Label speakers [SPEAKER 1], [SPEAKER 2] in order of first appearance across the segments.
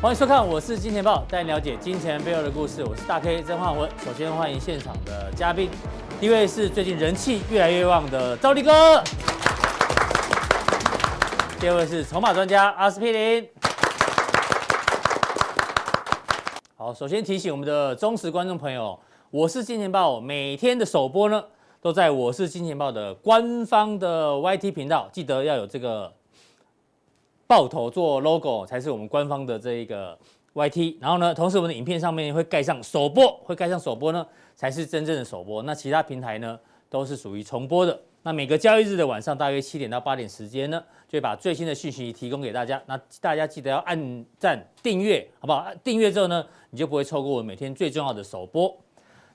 [SPEAKER 1] 欢迎收看，我是金钱豹，带你了解金钱背后的故事。我是大 K 曾焕文。首先欢迎现场的嘉宾，第一位是最近人气越来越旺的赵力哥，第二位是筹码专家阿司匹林。好，首先提醒我们的忠实观众朋友，我是金钱豹，每天的首播呢都在我是金钱豹的官方的 YT 频道，记得要有这个爆头做 logo 才是我们官方的这一个 YT。然后呢，同时我们的影片上面会盖上首播，会盖上首播呢才是真正的首播。那其他平台呢都是属于重播的。那每个交易日的晚上，大约七点到八点时间呢，就会把最新的讯息提供给大家。那大家记得要按赞、订阅，好不好？订阅之后呢，你就不会错过我每天最重要的首播。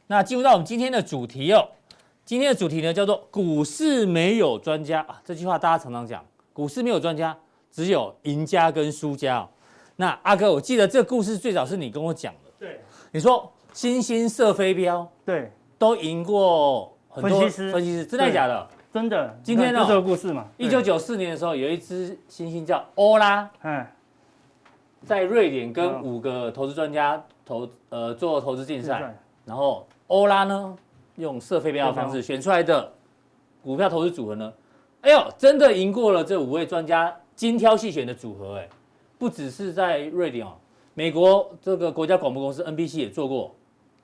[SPEAKER 1] 那进入到我们今天的主题哦，今天的主题呢叫做“股市没有专家”啊，这句话大家常常讲，股市没有专家，只有赢家跟输家、哦。那阿哥，我记得这个故事最早是你跟我讲的，
[SPEAKER 2] 对
[SPEAKER 1] 你说星星射飞镖
[SPEAKER 2] 对，
[SPEAKER 1] 都赢过很多
[SPEAKER 2] 分析师
[SPEAKER 1] 分析师真的
[SPEAKER 2] 对
[SPEAKER 1] 假的？
[SPEAKER 2] 真的。
[SPEAKER 1] 今天
[SPEAKER 2] 你
[SPEAKER 1] 哦
[SPEAKER 2] 看就这个故事嘛，
[SPEAKER 1] 一九九四年的时候，有一只猩猩叫欧拉，
[SPEAKER 2] 对哎，
[SPEAKER 1] 在瑞典跟
[SPEAKER 2] 嗯
[SPEAKER 1] 五个投资专家投呃做投资竞
[SPEAKER 2] 是
[SPEAKER 1] 赛，
[SPEAKER 2] 在
[SPEAKER 1] 然后欧拉呢用射飞镖的方式选出来的股票投资组合呢，哎呦，真的赢过了这五位专家精挑细选的组合，哎，不只是在瑞典哦，美国这个国家广播公司 NBC 也做过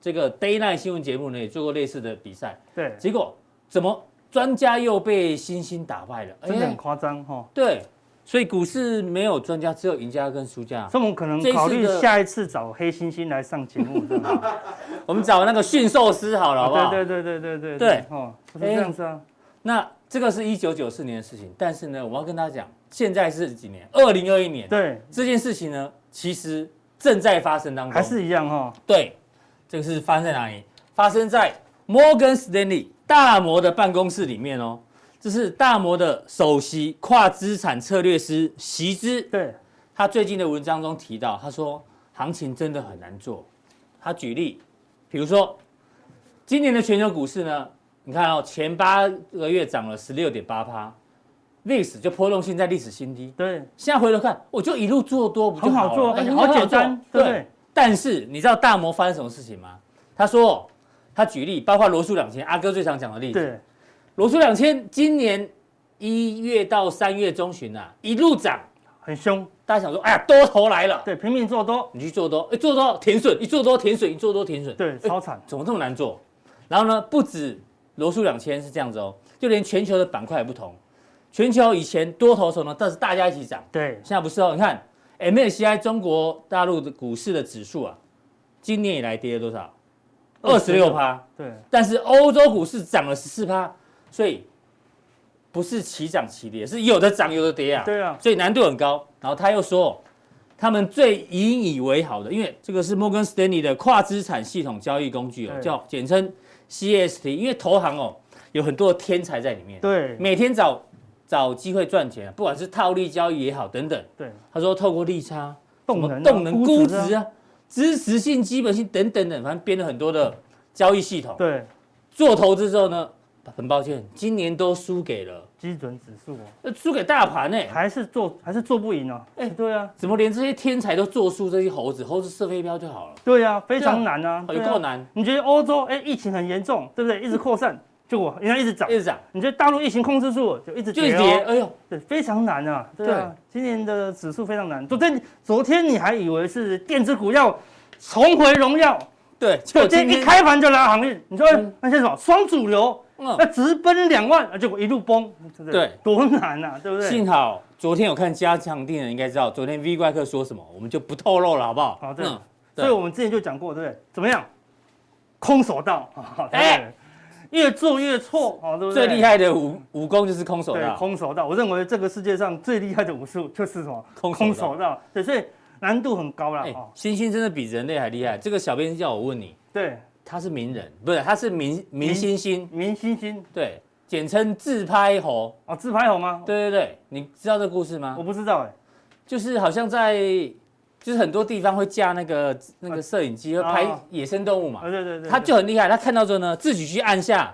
[SPEAKER 1] 这个 Day Night 新闻节目呢，也做过类似的比赛，
[SPEAKER 2] 对，
[SPEAKER 1] 结果怎么专家又被星星打败了？
[SPEAKER 2] 真的
[SPEAKER 1] 哎
[SPEAKER 2] 很夸张哈。
[SPEAKER 1] 对，所以股市没有专家，只有赢家跟输家。
[SPEAKER 2] 所以我们可能
[SPEAKER 1] 这一次
[SPEAKER 2] 考虑
[SPEAKER 1] 的
[SPEAKER 2] 下一次找黑猩猩来上 节目，这样子
[SPEAKER 1] 我们找那个驯兽师好了，好不好？
[SPEAKER 2] 对对对对对
[SPEAKER 1] 对
[SPEAKER 2] 哦，不是
[SPEAKER 1] 哎
[SPEAKER 2] 这样子啊，
[SPEAKER 1] 那这个是一九九四年的事情，但是呢，我要跟大家讲，现在是几年？二零二一年。
[SPEAKER 2] 对，
[SPEAKER 1] 这件事情呢，其实正在发生当中。
[SPEAKER 2] 还是一样哈。
[SPEAKER 1] 对，这个是发生在哪里？发生在摩根 l 丹利大摩的办公室里面哦。这是大摩的首席跨资产策略师席之
[SPEAKER 2] 对，
[SPEAKER 1] 他最近的文章中提到，他说行情真的很难做。他举例，比如说今年的全球股市呢，你看哦，前八个月涨了十六点八趴，历史就波动性在历史新低。
[SPEAKER 2] 对，
[SPEAKER 1] 现在回头看，我就一路做多不就
[SPEAKER 2] 很
[SPEAKER 1] 好
[SPEAKER 2] 好
[SPEAKER 1] 了
[SPEAKER 2] 做，
[SPEAKER 1] 哎
[SPEAKER 2] 感觉
[SPEAKER 1] 很
[SPEAKER 2] 好
[SPEAKER 1] 做
[SPEAKER 2] 简单，对不对？
[SPEAKER 1] 但是你知道大摩发生什么事情吗？他说，他举例，包括罗素两千，阿哥最常讲的例子，
[SPEAKER 2] 对，
[SPEAKER 1] 罗素两千今年一月到三月中旬啊，一路涨，
[SPEAKER 2] 很凶，
[SPEAKER 1] 大家想说，哎呀，多头来了，
[SPEAKER 2] 对，拼命做多，
[SPEAKER 1] 你去做多，哎，做多停损，一做多停损，一做多停损，
[SPEAKER 2] 对，
[SPEAKER 1] 哎
[SPEAKER 2] 超惨，
[SPEAKER 1] 怎么这么难做？然后呢，不止罗素两千是这样子哦，就连全球的板块也不同。全球以前多头的时候呢，但是大家一起涨，
[SPEAKER 2] 对，
[SPEAKER 1] 现在不是哦。你看 MSCI 中国大陆的股市的指数啊，今年以来跌了多少？二十六趴。
[SPEAKER 2] 对，
[SPEAKER 1] 但是欧洲股市涨了十四趴，所以不是齐涨齐跌，是有的涨有的跌啊。
[SPEAKER 2] 对啊
[SPEAKER 1] 所以难度很高。然后他又说，他们最引以为豪的，因为这个是摩根 l 丹利的跨资产系统交易工具哦，
[SPEAKER 2] 对
[SPEAKER 1] 叫简称 CST，因为投行哦有很多的天才在里面，
[SPEAKER 2] 对，
[SPEAKER 1] 每天找找机会赚钱，不管是套利交易也好等等。
[SPEAKER 2] 对，
[SPEAKER 1] 他说透过利差、
[SPEAKER 2] 动
[SPEAKER 1] 什么
[SPEAKER 2] 能啊、
[SPEAKER 1] 动能估
[SPEAKER 2] 估
[SPEAKER 1] 值
[SPEAKER 2] 啊，
[SPEAKER 1] 啊、支持性、基本性等等等，反正编了很多的交易系统。
[SPEAKER 2] 对，
[SPEAKER 1] 做投资之后呢，啊很抱歉，今年都输给了，
[SPEAKER 2] 基准指数哦
[SPEAKER 1] 呃输给大盘呢、
[SPEAKER 2] 还是做还是做不赢哦。
[SPEAKER 1] 哎
[SPEAKER 2] 哎，对啊，
[SPEAKER 1] 怎么连这些天才都做输这些猴子？猴子射飞镖就好了，
[SPEAKER 2] 对啊，非
[SPEAKER 1] 对啊
[SPEAKER 2] 常难啊，
[SPEAKER 1] 有
[SPEAKER 2] 对啊
[SPEAKER 1] 够难，
[SPEAKER 2] 你觉得欧洲哎、疫情很严重，对不对？一直扩散，结果人家一直涨
[SPEAKER 1] 一。直涨，
[SPEAKER 2] 你觉得大陆疫情控制住了，就一直
[SPEAKER 1] 就
[SPEAKER 2] 跌、
[SPEAKER 1] 一
[SPEAKER 2] 哦，
[SPEAKER 1] 跌，哎呦，
[SPEAKER 2] 对，非常难啊。对啊，今年的指数非常难。昨天昨天你还以为是电子股要重回荣耀，
[SPEAKER 1] 对，
[SPEAKER 2] 结
[SPEAKER 1] 就
[SPEAKER 2] 果
[SPEAKER 1] 今
[SPEAKER 2] 今天
[SPEAKER 1] 天
[SPEAKER 2] 一，开盘就拉航运，你说哎
[SPEAKER 1] 嗯
[SPEAKER 2] 那些什么双主流，
[SPEAKER 1] 嗯
[SPEAKER 2] 那直奔两万，啊结果一路崩，对不
[SPEAKER 1] 对
[SPEAKER 2] 对？多难啊，对不对？
[SPEAKER 1] 幸好昨天有看加强定的，应该知道昨天 V 怪客说什么，我们就不透露了，好不好？
[SPEAKER 2] 哦好对
[SPEAKER 1] 嗯
[SPEAKER 2] 所以我们之前就讲过，对不对？怎么样？空手道， 啊
[SPEAKER 1] 哎，
[SPEAKER 2] 对不对越做越错，哦，对不对？
[SPEAKER 1] 最厉害的武武功就是空手啊
[SPEAKER 2] 对，
[SPEAKER 1] 道，
[SPEAKER 2] 空手道，我认为这个世界上最厉害的武术就是什么？
[SPEAKER 1] 空手道
[SPEAKER 2] 空手道。对，所以难度很高啦。
[SPEAKER 1] 哎
[SPEAKER 2] 哦，，
[SPEAKER 1] 星星真的比人类还厉害。这个小编叫我问你，
[SPEAKER 2] 对，
[SPEAKER 1] 他是名人，不是？他是明明
[SPEAKER 2] 明
[SPEAKER 1] 星星，
[SPEAKER 2] 明星星
[SPEAKER 1] 对，简称自拍猴。
[SPEAKER 2] 哦，自拍好吗？，
[SPEAKER 1] 对对啊对，你知道这故事吗
[SPEAKER 2] 我？不知道哎。
[SPEAKER 1] 就是好像在，就是很多地方会架那个那个摄影机，会拍
[SPEAKER 2] 啊
[SPEAKER 1] 野生动物嘛
[SPEAKER 2] 啊，。对对对，
[SPEAKER 1] 他
[SPEAKER 2] 对
[SPEAKER 1] 就很厉害，他看到之后呢，自己去按下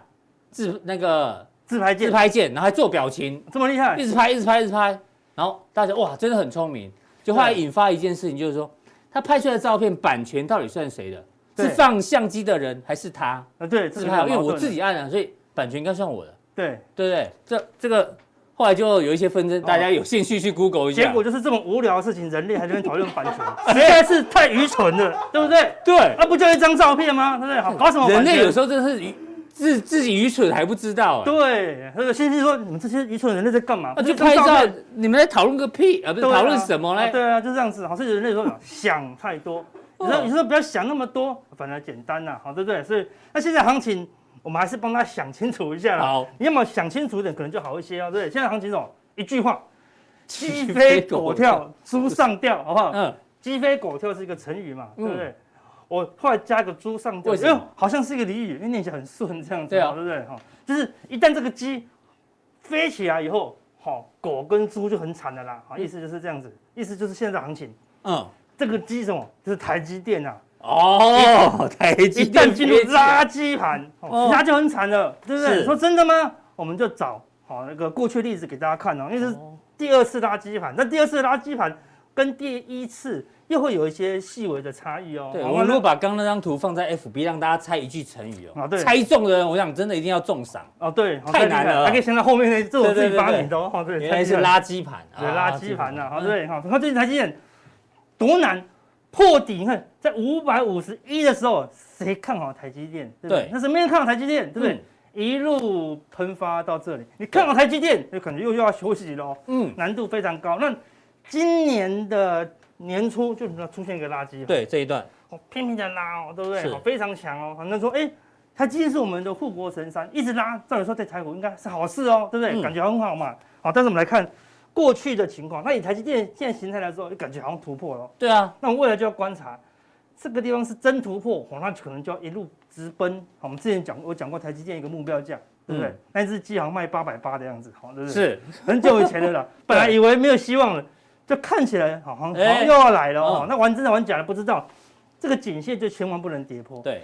[SPEAKER 1] 自那个
[SPEAKER 2] 自拍
[SPEAKER 1] 自
[SPEAKER 2] 键，哎
[SPEAKER 1] 拍键，然后还做表情，
[SPEAKER 2] 这么厉害
[SPEAKER 1] 一直拍，一直拍，一直拍。然后大家哇，真的很聪明。就后来引发一件事情，就是说他拍出来的照片版权到底算谁的？
[SPEAKER 2] 对
[SPEAKER 1] 是放相机的人还是他？
[SPEAKER 2] 啊，对，这
[SPEAKER 1] 是
[SPEAKER 2] 个
[SPEAKER 1] 他，
[SPEAKER 2] 有
[SPEAKER 1] 因为
[SPEAKER 2] 矛
[SPEAKER 1] 我
[SPEAKER 2] 盾
[SPEAKER 1] 自
[SPEAKER 2] 的
[SPEAKER 1] 己按了，啊所以版权应该算我的，
[SPEAKER 2] 对，
[SPEAKER 1] 对不对？这这个后来就有一些纷争，
[SPEAKER 2] 哦
[SPEAKER 1] 大家有兴趣去 Google 一下。
[SPEAKER 2] 结果就是这么无聊的事情，人类还在那边讨论 版权，实在是太愚蠢了，对不对？啊
[SPEAKER 1] 对，
[SPEAKER 2] 那不就一张照片吗？对不对？好，搞什么
[SPEAKER 1] 人
[SPEAKER 2] 版权？
[SPEAKER 1] 类有时候真的是愚自自己愚蠢还不知道，哎，
[SPEAKER 2] 对，那个先生说你们这些愚蠢人类在干嘛？
[SPEAKER 1] 那
[SPEAKER 2] 就
[SPEAKER 1] 就
[SPEAKER 2] 这张
[SPEAKER 1] 拍
[SPEAKER 2] 片
[SPEAKER 1] 照，你们在讨论个屁啊？不是
[SPEAKER 2] 对啊
[SPEAKER 1] 讨论什么
[SPEAKER 2] 啊
[SPEAKER 1] 嘞？
[SPEAKER 2] 对啊，就这样子。好，所以人类说 想太多，你说
[SPEAKER 1] 哦
[SPEAKER 2] 你说不要想那么多，反正简单呐、好，对不对？所以那现在行情，我们还是帮他想清楚一下啦。
[SPEAKER 1] 好，
[SPEAKER 2] 你要么想清楚一点，可能就好一些哦，对不对？现在行情哦，一 句话，鸡
[SPEAKER 1] 鸡飞
[SPEAKER 2] 飞狗
[SPEAKER 1] 狗
[SPEAKER 2] 跳，猪上吊，好不好？
[SPEAKER 1] 嗯，
[SPEAKER 2] 鸡飞狗跳是一个成语嘛，对不
[SPEAKER 1] 嗯
[SPEAKER 2] 对？我后来加个猪上吊，
[SPEAKER 1] 为什么
[SPEAKER 2] 哎呦好像是一个俚语，因为念起来很顺这样子，
[SPEAKER 1] 对啊
[SPEAKER 2] 对不对？哈，就是一旦这个鸡飞起来以后，好，狗跟猪就很惨的啦。好，意思就是这样子，意思就是现在行情，
[SPEAKER 1] 嗯，
[SPEAKER 2] 这个鸡什么，就是台积电啊，
[SPEAKER 1] 哦，台
[SPEAKER 2] 一
[SPEAKER 1] 积
[SPEAKER 2] 旦
[SPEAKER 1] 电
[SPEAKER 2] 进入
[SPEAKER 1] 飞起来
[SPEAKER 2] 垃圾盘，哦
[SPEAKER 1] 哦
[SPEAKER 2] 那就很惨了，对不对？
[SPEAKER 1] 是
[SPEAKER 2] 说真的吗？我们就找好那个过去例子给大家看哦，因为是第二次垃圾盘，那第二次垃圾盘跟第一次又会有一些细微的差异哦。
[SPEAKER 1] 对，
[SPEAKER 2] 好
[SPEAKER 1] 我们如果把刚刚那张图放在 FB，让大家猜一句成语
[SPEAKER 2] 啊
[SPEAKER 1] 哦
[SPEAKER 2] 对，
[SPEAKER 1] 猜中的人，我想真的一定要重赏。
[SPEAKER 2] 哦，对，好
[SPEAKER 1] 太难
[SPEAKER 2] 厉害
[SPEAKER 1] 了
[SPEAKER 2] 还可以想到后面那这是我自
[SPEAKER 1] 对对
[SPEAKER 2] 己
[SPEAKER 1] 对
[SPEAKER 2] 发明的哦，哦对，
[SPEAKER 1] 原
[SPEAKER 2] 太
[SPEAKER 1] 来
[SPEAKER 2] 厉
[SPEAKER 1] 是
[SPEAKER 2] 害了
[SPEAKER 1] 垃圾盘，
[SPEAKER 2] 对
[SPEAKER 1] 啊
[SPEAKER 2] 垃圾盘呐，好，
[SPEAKER 1] 这个
[SPEAKER 2] 对，哦好，看这台积电多难破底，你看在五百五十一的时候，谁看好台积电？对不对
[SPEAKER 1] 对，
[SPEAKER 2] 那什么人看好台积电？对不对
[SPEAKER 1] 嗯？
[SPEAKER 2] 一路喷发到这里，你看好台积电，就感觉又又要休息喽，
[SPEAKER 1] 嗯，
[SPEAKER 2] 难度非常高。那今年的年初就出现一个垃圾，
[SPEAKER 1] 对这一段，
[SPEAKER 2] 哦，拼命的拉哦，对不对？
[SPEAKER 1] 是
[SPEAKER 2] 哦非常强哦。反正说，哎，它既是我们的护国神山，一直拉，照理说对台股应该是好事哦，对不对？
[SPEAKER 1] 嗯
[SPEAKER 2] 感觉很好嘛。好，但是我们来看过去的情况，那以台积电现在形态来说，感觉好像突破了哦。
[SPEAKER 1] 对啊，
[SPEAKER 2] 那我们未来就要观察这个地方是真突破，哦，那可能就要一路直奔。哦好，我们之前讲，我讲过台积电一个目标价，对不对？
[SPEAKER 1] 嗯
[SPEAKER 2] 那只鸡好像卖八百八的样子，好，对不对？
[SPEAKER 1] 是，
[SPEAKER 2] 很久以前 的了，本来以为没有希望了，就看起来好像好像
[SPEAKER 1] 哎
[SPEAKER 2] 又要来了哦。
[SPEAKER 1] 嗯
[SPEAKER 2] 那玩真的玩假的不知道，这个颈线就千万不能跌破，
[SPEAKER 1] 对，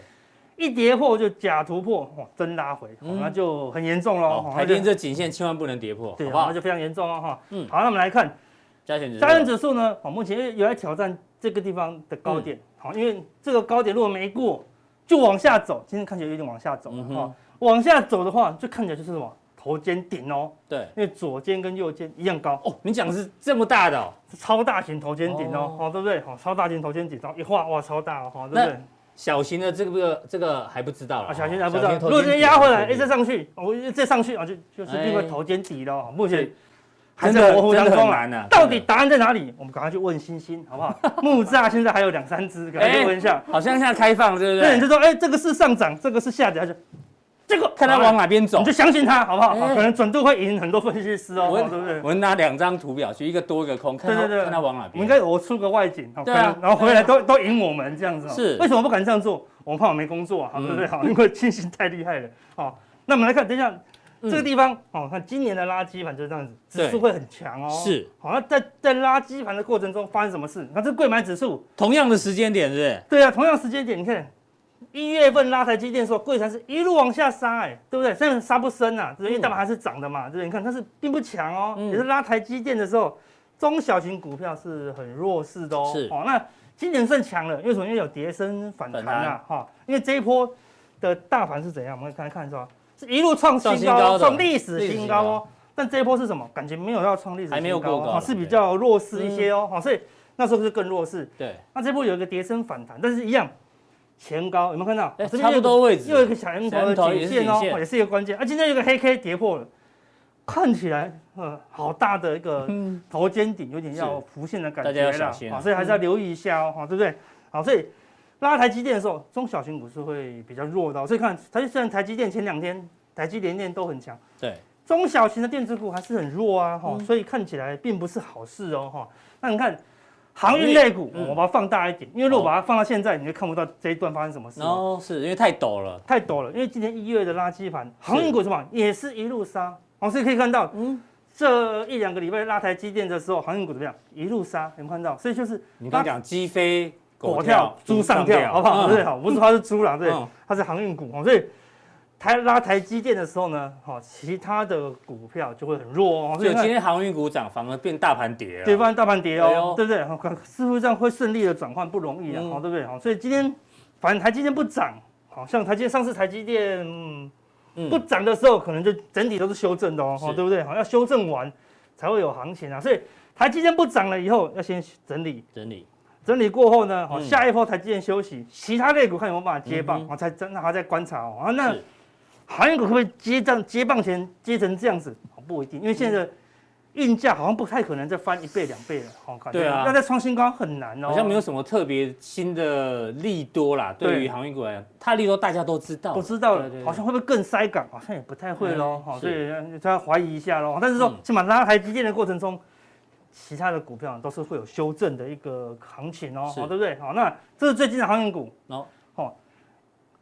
[SPEAKER 2] 一跌破就假突破，哇，真拉回，哦
[SPEAKER 1] 嗯
[SPEAKER 2] 那就很严重喽。
[SPEAKER 1] 好，
[SPEAKER 2] 哦
[SPEAKER 1] 台电这颈线千万不能跌破，
[SPEAKER 2] 对，
[SPEAKER 1] 好不
[SPEAKER 2] 那
[SPEAKER 1] 好？
[SPEAKER 2] 就非常严重哦哈。
[SPEAKER 1] 嗯
[SPEAKER 2] 好，那我们来看
[SPEAKER 1] 加权指
[SPEAKER 2] 加权
[SPEAKER 1] 数，
[SPEAKER 2] 指数呢，哦，目前有在挑战这个地方的高
[SPEAKER 1] 嗯
[SPEAKER 2] 点，好，因为这个高点如果没过，就往下走，今天看起来有点往下走了
[SPEAKER 1] 嗯嗯哼
[SPEAKER 2] 哦。往下走的话，就看起来就是什么头肩顶哦，
[SPEAKER 1] 对，
[SPEAKER 2] 因为左肩跟右肩一样高。
[SPEAKER 1] 哦，你讲的是这么大的哦，
[SPEAKER 2] 超大型头肩顶哦，
[SPEAKER 1] 哦
[SPEAKER 2] 好、对不对？好、超大型头肩顶，然后一画哇，超大哦，好、对
[SPEAKER 1] 那
[SPEAKER 2] 不对？
[SPEAKER 1] 小型的这个这个这个还不知道了，
[SPEAKER 2] 啊，
[SPEAKER 1] 哦
[SPEAKER 2] 小心还不知道，
[SPEAKER 1] 小心头
[SPEAKER 2] 如果
[SPEAKER 1] 肩
[SPEAKER 2] 再
[SPEAKER 1] 顶
[SPEAKER 2] 压回来，
[SPEAKER 1] 对
[SPEAKER 2] 哎，再上去，哦，再上去啊，就就是这个
[SPEAKER 1] 哎
[SPEAKER 2] 头肩底了、哦。目前
[SPEAKER 1] 对
[SPEAKER 2] 还
[SPEAKER 1] 真
[SPEAKER 2] 在
[SPEAKER 1] 的
[SPEAKER 2] 模糊当
[SPEAKER 1] 真的
[SPEAKER 2] 中
[SPEAKER 1] 很
[SPEAKER 2] 啊
[SPEAKER 1] 难啊
[SPEAKER 2] 到底
[SPEAKER 1] 真的
[SPEAKER 2] 答案在哪里？我们赶快去问星星，好 不好？木栅现在还有两三只，赶快去
[SPEAKER 1] 哎
[SPEAKER 2] 问一下。
[SPEAKER 1] 好像现在开放，对不
[SPEAKER 2] 那你就
[SPEAKER 1] 对？
[SPEAKER 2] 说，哎，这个是上涨，这个是下跌，他就这个
[SPEAKER 1] 看它往哪边走
[SPEAKER 2] 你啊就。相信它，好不好？
[SPEAKER 1] 哎
[SPEAKER 2] 可能准度会赢很多分析师哦，
[SPEAKER 1] 我
[SPEAKER 2] 哦对不对？
[SPEAKER 1] 我拿两张图表去，一个多一个空，看
[SPEAKER 2] 对
[SPEAKER 1] 它
[SPEAKER 2] 对对
[SPEAKER 1] 看它往哪
[SPEAKER 2] 我们应
[SPEAKER 1] 边。
[SPEAKER 2] 该有出个外景，好
[SPEAKER 1] 对啊
[SPEAKER 2] 可能然后回来都都赢我们这样子哦。
[SPEAKER 1] 是
[SPEAKER 2] 为什么不敢这样做？我们怕我没工作啊，好
[SPEAKER 1] 嗯
[SPEAKER 2] 对不对？好，因为信心太厉害了。好，那我们来看，等一下这
[SPEAKER 1] 嗯
[SPEAKER 2] 个地方，哦，看今年的垃圾盘就是这样子，指
[SPEAKER 1] 对
[SPEAKER 2] 数会很强哦。
[SPEAKER 1] 是。
[SPEAKER 2] 好，那在在垃圾盘的过程中发生什么事？那这贵买指数，
[SPEAKER 1] 同样的时间点，是不是？
[SPEAKER 2] 对啊，同样时间点，你看一月份拉台积电的时候，贵才是一路往下杀，哎，对不对？虽然杀不深啊，因为
[SPEAKER 1] 嗯
[SPEAKER 2] 大盘还是涨的嘛，对不对？你看，但是并不强哦，
[SPEAKER 1] 嗯
[SPEAKER 2] 也是拉台积电的时候，中小型股票是很弱势的哦。
[SPEAKER 1] 是
[SPEAKER 2] 哦，那今年算强了，因为什么？因为有跌升反弹
[SPEAKER 1] 反
[SPEAKER 2] 啊
[SPEAKER 1] 弹，
[SPEAKER 2] 哈、因为这一波的大盘是怎样？我们看看是吧？是一路创
[SPEAKER 1] 创
[SPEAKER 2] 新
[SPEAKER 1] 新高
[SPEAKER 2] 高，
[SPEAKER 1] 的
[SPEAKER 2] 哦创历史
[SPEAKER 1] 历史
[SPEAKER 2] 新
[SPEAKER 1] 新
[SPEAKER 2] 高
[SPEAKER 1] 高
[SPEAKER 2] 哦。但这一波是什么？感觉没有要创历史新高哦，
[SPEAKER 1] 还没有过高
[SPEAKER 2] 哦
[SPEAKER 1] 了嗯
[SPEAKER 2] 是比
[SPEAKER 1] 对
[SPEAKER 2] 较弱势一些哦。好、所以那时候是更弱势。
[SPEAKER 1] 对，
[SPEAKER 2] 那这波有一个跌升反弹，但是一样前高，有没有看到？哦
[SPEAKER 1] 哎
[SPEAKER 2] 这边
[SPEAKER 1] 差不多位置
[SPEAKER 2] 又有一个小 M
[SPEAKER 1] 小 M
[SPEAKER 2] 头
[SPEAKER 1] 头
[SPEAKER 2] 的
[SPEAKER 1] 也
[SPEAKER 2] 颈
[SPEAKER 1] 是
[SPEAKER 2] 线哦，
[SPEAKER 1] 颈线
[SPEAKER 2] 哦也是一个关键。啊，今天有个黑 K 跌破了，看起来呃好大的一个
[SPEAKER 1] 嗯，
[SPEAKER 2] 头肩顶，有点要浮现的感
[SPEAKER 1] 大家
[SPEAKER 2] 觉
[SPEAKER 1] 要
[SPEAKER 2] 了
[SPEAKER 1] 小心
[SPEAKER 2] 啊，
[SPEAKER 1] 啊
[SPEAKER 2] 所以还是要留意一下哦，好，对不对？好，所以拉台积电的时候，中小型股是会比较弱的哦，所以看它虽然台积电前两天台积联电都很强。
[SPEAKER 1] 对，
[SPEAKER 2] 中小型的电子股还是很弱啊，哈、
[SPEAKER 1] 嗯
[SPEAKER 2] 所以看起来并不是好事哦，哈。那你看航运类股，
[SPEAKER 1] 嗯
[SPEAKER 2] 我把它放大一点，因为如
[SPEAKER 1] 好
[SPEAKER 2] 果把它放到现在，你就看不到这一段发生什么事
[SPEAKER 1] 然
[SPEAKER 2] 哦，
[SPEAKER 1] 后是因为太陡了，
[SPEAKER 2] 太陡了。因为今年一月的垃圾盘，航运股什么也是一路杀，哦，所以可以看到
[SPEAKER 1] 嗯，
[SPEAKER 2] 这一两个礼拜拉抬基电的时候，航运股怎么样，一路杀，有没有看到？所以就是
[SPEAKER 1] 你刚刚讲鸡飞
[SPEAKER 2] 狗跳，猪上跳，好不好？对，好，不是它是猪啦，对
[SPEAKER 1] 嗯，
[SPEAKER 2] 它是航运股，哦所以台拉台积电的时候呢，好，其他的股票就会很弱哦。
[SPEAKER 1] 所以
[SPEAKER 2] 看
[SPEAKER 1] 今天航运股涨，反而变大盘跌了。
[SPEAKER 2] 对，不然大盘跌
[SPEAKER 1] 哎
[SPEAKER 2] 哦
[SPEAKER 1] 呦，
[SPEAKER 2] 对不对？好，似乎这样会顺利的转换不容易啊，
[SPEAKER 1] 嗯
[SPEAKER 2] 好，对不对？好，所以今天反正台积电不涨，好像台积电上次台积电、嗯
[SPEAKER 1] 嗯
[SPEAKER 2] 不涨的时候，可能就整体都是修正的哦，
[SPEAKER 1] 是
[SPEAKER 2] 好，对不对？好，要修正完才会有行情啊，所以台积电不涨了以后，要先整理，
[SPEAKER 1] 整理。
[SPEAKER 2] 整理过后呢，好，
[SPEAKER 1] 嗯
[SPEAKER 2] 下一波台积电休息，其他类股看有没有办法接棒
[SPEAKER 1] 嗯，哼
[SPEAKER 2] 我才真的还在观察哦。啊，那
[SPEAKER 1] 是
[SPEAKER 2] 航运股会不会接棒接棒前接成这样子？好不一定，因为现在的运价好像不太可能再翻一倍两倍了，好感觉
[SPEAKER 1] 对啊
[SPEAKER 2] 要再创新高很难哦。
[SPEAKER 1] 好像没有什么特别新的利多啦，
[SPEAKER 2] 对
[SPEAKER 1] 对于航运股来讲，它利多大家都知道了，
[SPEAKER 2] 我知道
[SPEAKER 1] 对
[SPEAKER 2] 了
[SPEAKER 1] 对，对
[SPEAKER 2] 好像会不会更塞港？好像也不太会喽，
[SPEAKER 1] 嗯
[SPEAKER 2] 好，所以
[SPEAKER 1] 是
[SPEAKER 2] 他怀疑一下喽。但是说
[SPEAKER 1] 嗯，
[SPEAKER 2] 起码拉台积电的过程中，其他的股票都是会有修正的一个行情哦，
[SPEAKER 1] 是
[SPEAKER 2] 好，对不对？好，那这是最近的航运股，
[SPEAKER 1] 哦，
[SPEAKER 2] 哦，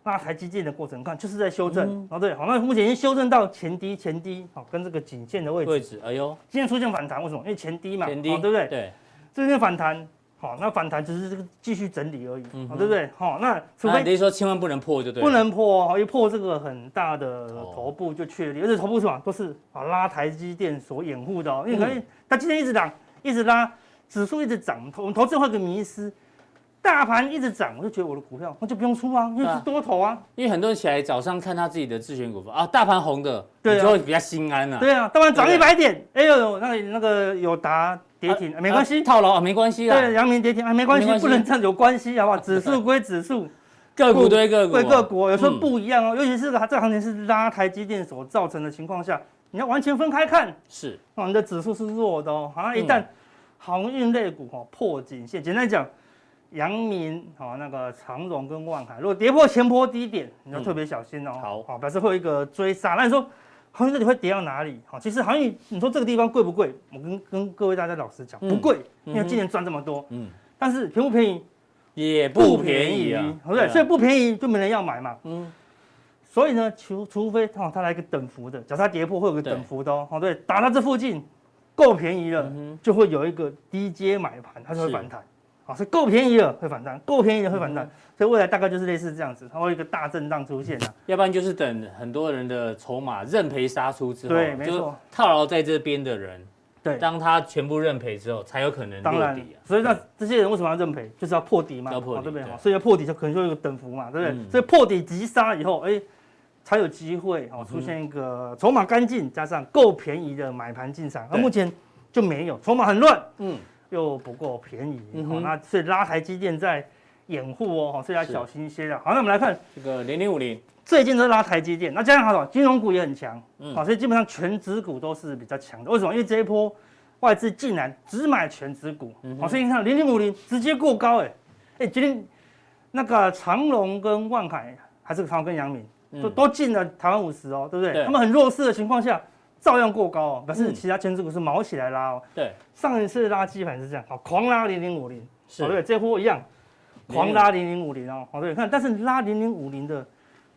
[SPEAKER 2] 拉台积电的过程看就是在修正
[SPEAKER 1] 嗯，
[SPEAKER 2] 哦，对，好，那目前已经修正到前低前低，好，跟这个颈线的位置，
[SPEAKER 1] 位置，哎呦，
[SPEAKER 2] 今天出现反弹，为什么？因为前低嘛，
[SPEAKER 1] 前低
[SPEAKER 2] 哦对不对？
[SPEAKER 1] 对，
[SPEAKER 2] 出现反弹，好，那反弹只是这个继续整理而已，
[SPEAKER 1] 嗯
[SPEAKER 2] 好，
[SPEAKER 1] 哼
[SPEAKER 2] 对不对？好，那除
[SPEAKER 1] 那
[SPEAKER 2] 非
[SPEAKER 1] 你的意思说千万不能破就对了，
[SPEAKER 2] 不能破哦，一破这个很大的
[SPEAKER 1] 哦
[SPEAKER 2] 头部就确立，而且头部是什么？都是啊拉台积电所掩护的哦，因为可能
[SPEAKER 1] 嗯
[SPEAKER 2] 它今天一直涨，一直拉，指数一直涨，我们投我们投资人会有个迷失，大盘一直涨，我就觉得我的股票那就不用出啊，因为
[SPEAKER 1] 对啊
[SPEAKER 2] 是多头啊，
[SPEAKER 1] 因为很多人起来早上看他自己的自选股啊，大盘红的，
[SPEAKER 2] 对啊
[SPEAKER 1] 你就会比较心安了。
[SPEAKER 2] 对啊，当然涨
[SPEAKER 1] 对
[SPEAKER 2] 一
[SPEAKER 1] 不对
[SPEAKER 2] 百点，哎呦，那那个友达跌停，
[SPEAKER 1] 啊
[SPEAKER 2] 没关系
[SPEAKER 1] 啊，套牢啊，没关系
[SPEAKER 2] 对，
[SPEAKER 1] 啦，
[SPEAKER 2] 阳明跌停啊，没关
[SPEAKER 1] 没关
[SPEAKER 2] 系，
[SPEAKER 1] 系
[SPEAKER 2] 不能这样，有关系 好不好？指数归指数，
[SPEAKER 1] 个股对个股，
[SPEAKER 2] 归个股，有时候
[SPEAKER 1] 嗯
[SPEAKER 2] 不一样哦，尤其是它这个行情是拉台积电所造成的情况下，你要完全分开看
[SPEAKER 1] 是
[SPEAKER 2] 哦，你的指数是弱的哦，好像一
[SPEAKER 1] 嗯
[SPEAKER 2] 旦航运类股哦破颈线，简单讲。阳明、好那个长荣跟万海，如果跌破前波低点，你要
[SPEAKER 1] 嗯
[SPEAKER 2] 特别小心哦。
[SPEAKER 1] 好
[SPEAKER 2] 好，表示会有一个追杀。那你说航运到底会跌到哪里？哦好，其实航运，你说这个地方贵不贵？我跟跟各位大家老实讲，不
[SPEAKER 1] 嗯
[SPEAKER 2] 贵，因
[SPEAKER 1] 嗯
[SPEAKER 2] 为
[SPEAKER 1] 哼
[SPEAKER 2] 今年赚这么多。
[SPEAKER 1] 嗯，
[SPEAKER 2] 但是便不便宜？
[SPEAKER 1] 也不便宜啊，
[SPEAKER 2] 对不对？
[SPEAKER 1] 啊
[SPEAKER 2] 所以不便宜就没人要买嘛。
[SPEAKER 1] 嗯，
[SPEAKER 2] 所以呢，除除非哦，它来一个等幅的，假设它跌破会有个
[SPEAKER 1] 对
[SPEAKER 2] 等幅的哦，哦对，打到这附近够便宜了，
[SPEAKER 1] 嗯
[SPEAKER 2] 就会有一个低阶买盘，它就会
[SPEAKER 1] 是嗯
[SPEAKER 2] 反弹。啊，所以够便宜了会反弹，够便宜了会反弹，所以未来大概就是类似这样子，它会有一个大震荡出现啊。
[SPEAKER 1] 要不然就是等很多人的筹码认赔杀出之后，
[SPEAKER 2] 对没错，
[SPEAKER 1] 套牢在这边的人，
[SPEAKER 2] 对，
[SPEAKER 1] 当他全部认赔之后，才有可能
[SPEAKER 2] 当
[SPEAKER 1] 落
[SPEAKER 2] 然
[SPEAKER 1] 底啊，。
[SPEAKER 2] 所以那这些人为什么要认赔？就是要破底嘛，
[SPEAKER 1] 要破
[SPEAKER 2] 哦
[SPEAKER 1] 底
[SPEAKER 2] 对不对？
[SPEAKER 1] 对
[SPEAKER 2] 哦所以要破底就可能就有一个等幅嘛，对不对？
[SPEAKER 1] 嗯
[SPEAKER 2] 所以破底急杀以后，哎，才有机会
[SPEAKER 1] 嗯
[SPEAKER 2] 哦，出现一个筹码干净加上够便宜的买盘进场，而
[SPEAKER 1] 对
[SPEAKER 2] 目前就没有，筹码很乱
[SPEAKER 1] 嗯，
[SPEAKER 2] 又不够便宜，
[SPEAKER 1] 嗯
[SPEAKER 2] 好，
[SPEAKER 1] 哼
[SPEAKER 2] 那所以拉台积电在掩护哦，所以要
[SPEAKER 1] 是
[SPEAKER 2] 小心一些了。好，那我们来看
[SPEAKER 1] 这个零零五零，
[SPEAKER 2] 最近都是拉台积电，那加上好了，金融股也很强，
[SPEAKER 1] 嗯
[SPEAKER 2] 好、所以基本上全指股都是比较强的。为什么？因为这一波外资竟然只买全指股，好、
[SPEAKER 1] 嗯哼
[SPEAKER 2] 所以你看零零五零直接过高、哎，哎，今天那个长隆跟万海还是长隆跟阳明都、
[SPEAKER 1] 嗯，
[SPEAKER 2] 都进了台湾五十哦，对不对？
[SPEAKER 1] 对
[SPEAKER 2] 他们很弱势的情况下，照样过高哦，表示
[SPEAKER 1] 嗯
[SPEAKER 2] 其他全指股是毛起来拉哦。
[SPEAKER 1] 对，
[SPEAKER 2] 上一次拉基本是这样，好，哦狂拉零零五零，
[SPEAKER 1] 是
[SPEAKER 2] 好，哦对，这波一样，狂拉零零五零哦，好，对，看，但是拉零零五零的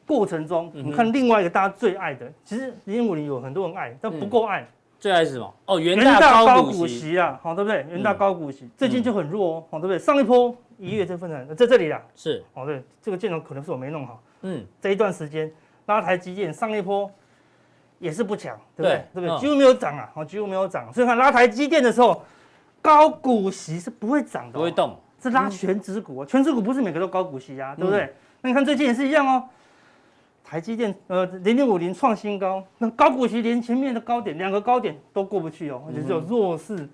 [SPEAKER 2] 过程中，
[SPEAKER 1] 嗯
[SPEAKER 2] 我
[SPEAKER 1] 哼
[SPEAKER 2] 们看另外一个大家最爱的，其实零零五零有很多人爱，但不够爱，
[SPEAKER 1] 最爱是什么？哦，嗯元
[SPEAKER 2] 元
[SPEAKER 1] 大
[SPEAKER 2] 大
[SPEAKER 1] 高
[SPEAKER 2] 高
[SPEAKER 1] 股
[SPEAKER 2] 股
[SPEAKER 1] 息，
[SPEAKER 2] 息啊，好，对不对？元大
[SPEAKER 1] 嗯
[SPEAKER 2] 高股息最近就很弱哦，好，对不对？上一波一月这份的在这里啦，
[SPEAKER 1] 是，
[SPEAKER 2] 哦，对，这个建融可能是我没弄好，
[SPEAKER 1] 嗯，
[SPEAKER 2] 这一段时间拉台积电上一波。也是不强，对不对？
[SPEAKER 1] 对
[SPEAKER 2] 对不对？
[SPEAKER 1] 嗯
[SPEAKER 2] 几乎没有涨啊，哦，几乎没有涨。所以看拉台积电的时候，高股息是不会涨的、
[SPEAKER 1] 不
[SPEAKER 2] 哦，
[SPEAKER 1] 会动，
[SPEAKER 2] 这拉全指股、啊，全指股不是每个都高股息
[SPEAKER 1] 嗯
[SPEAKER 2] 啊，对不对？那你看最近也是一样哦，台积电呃零零五零创新高，那高股息连前面的高点两个高点都过不去哦，而且只有弱势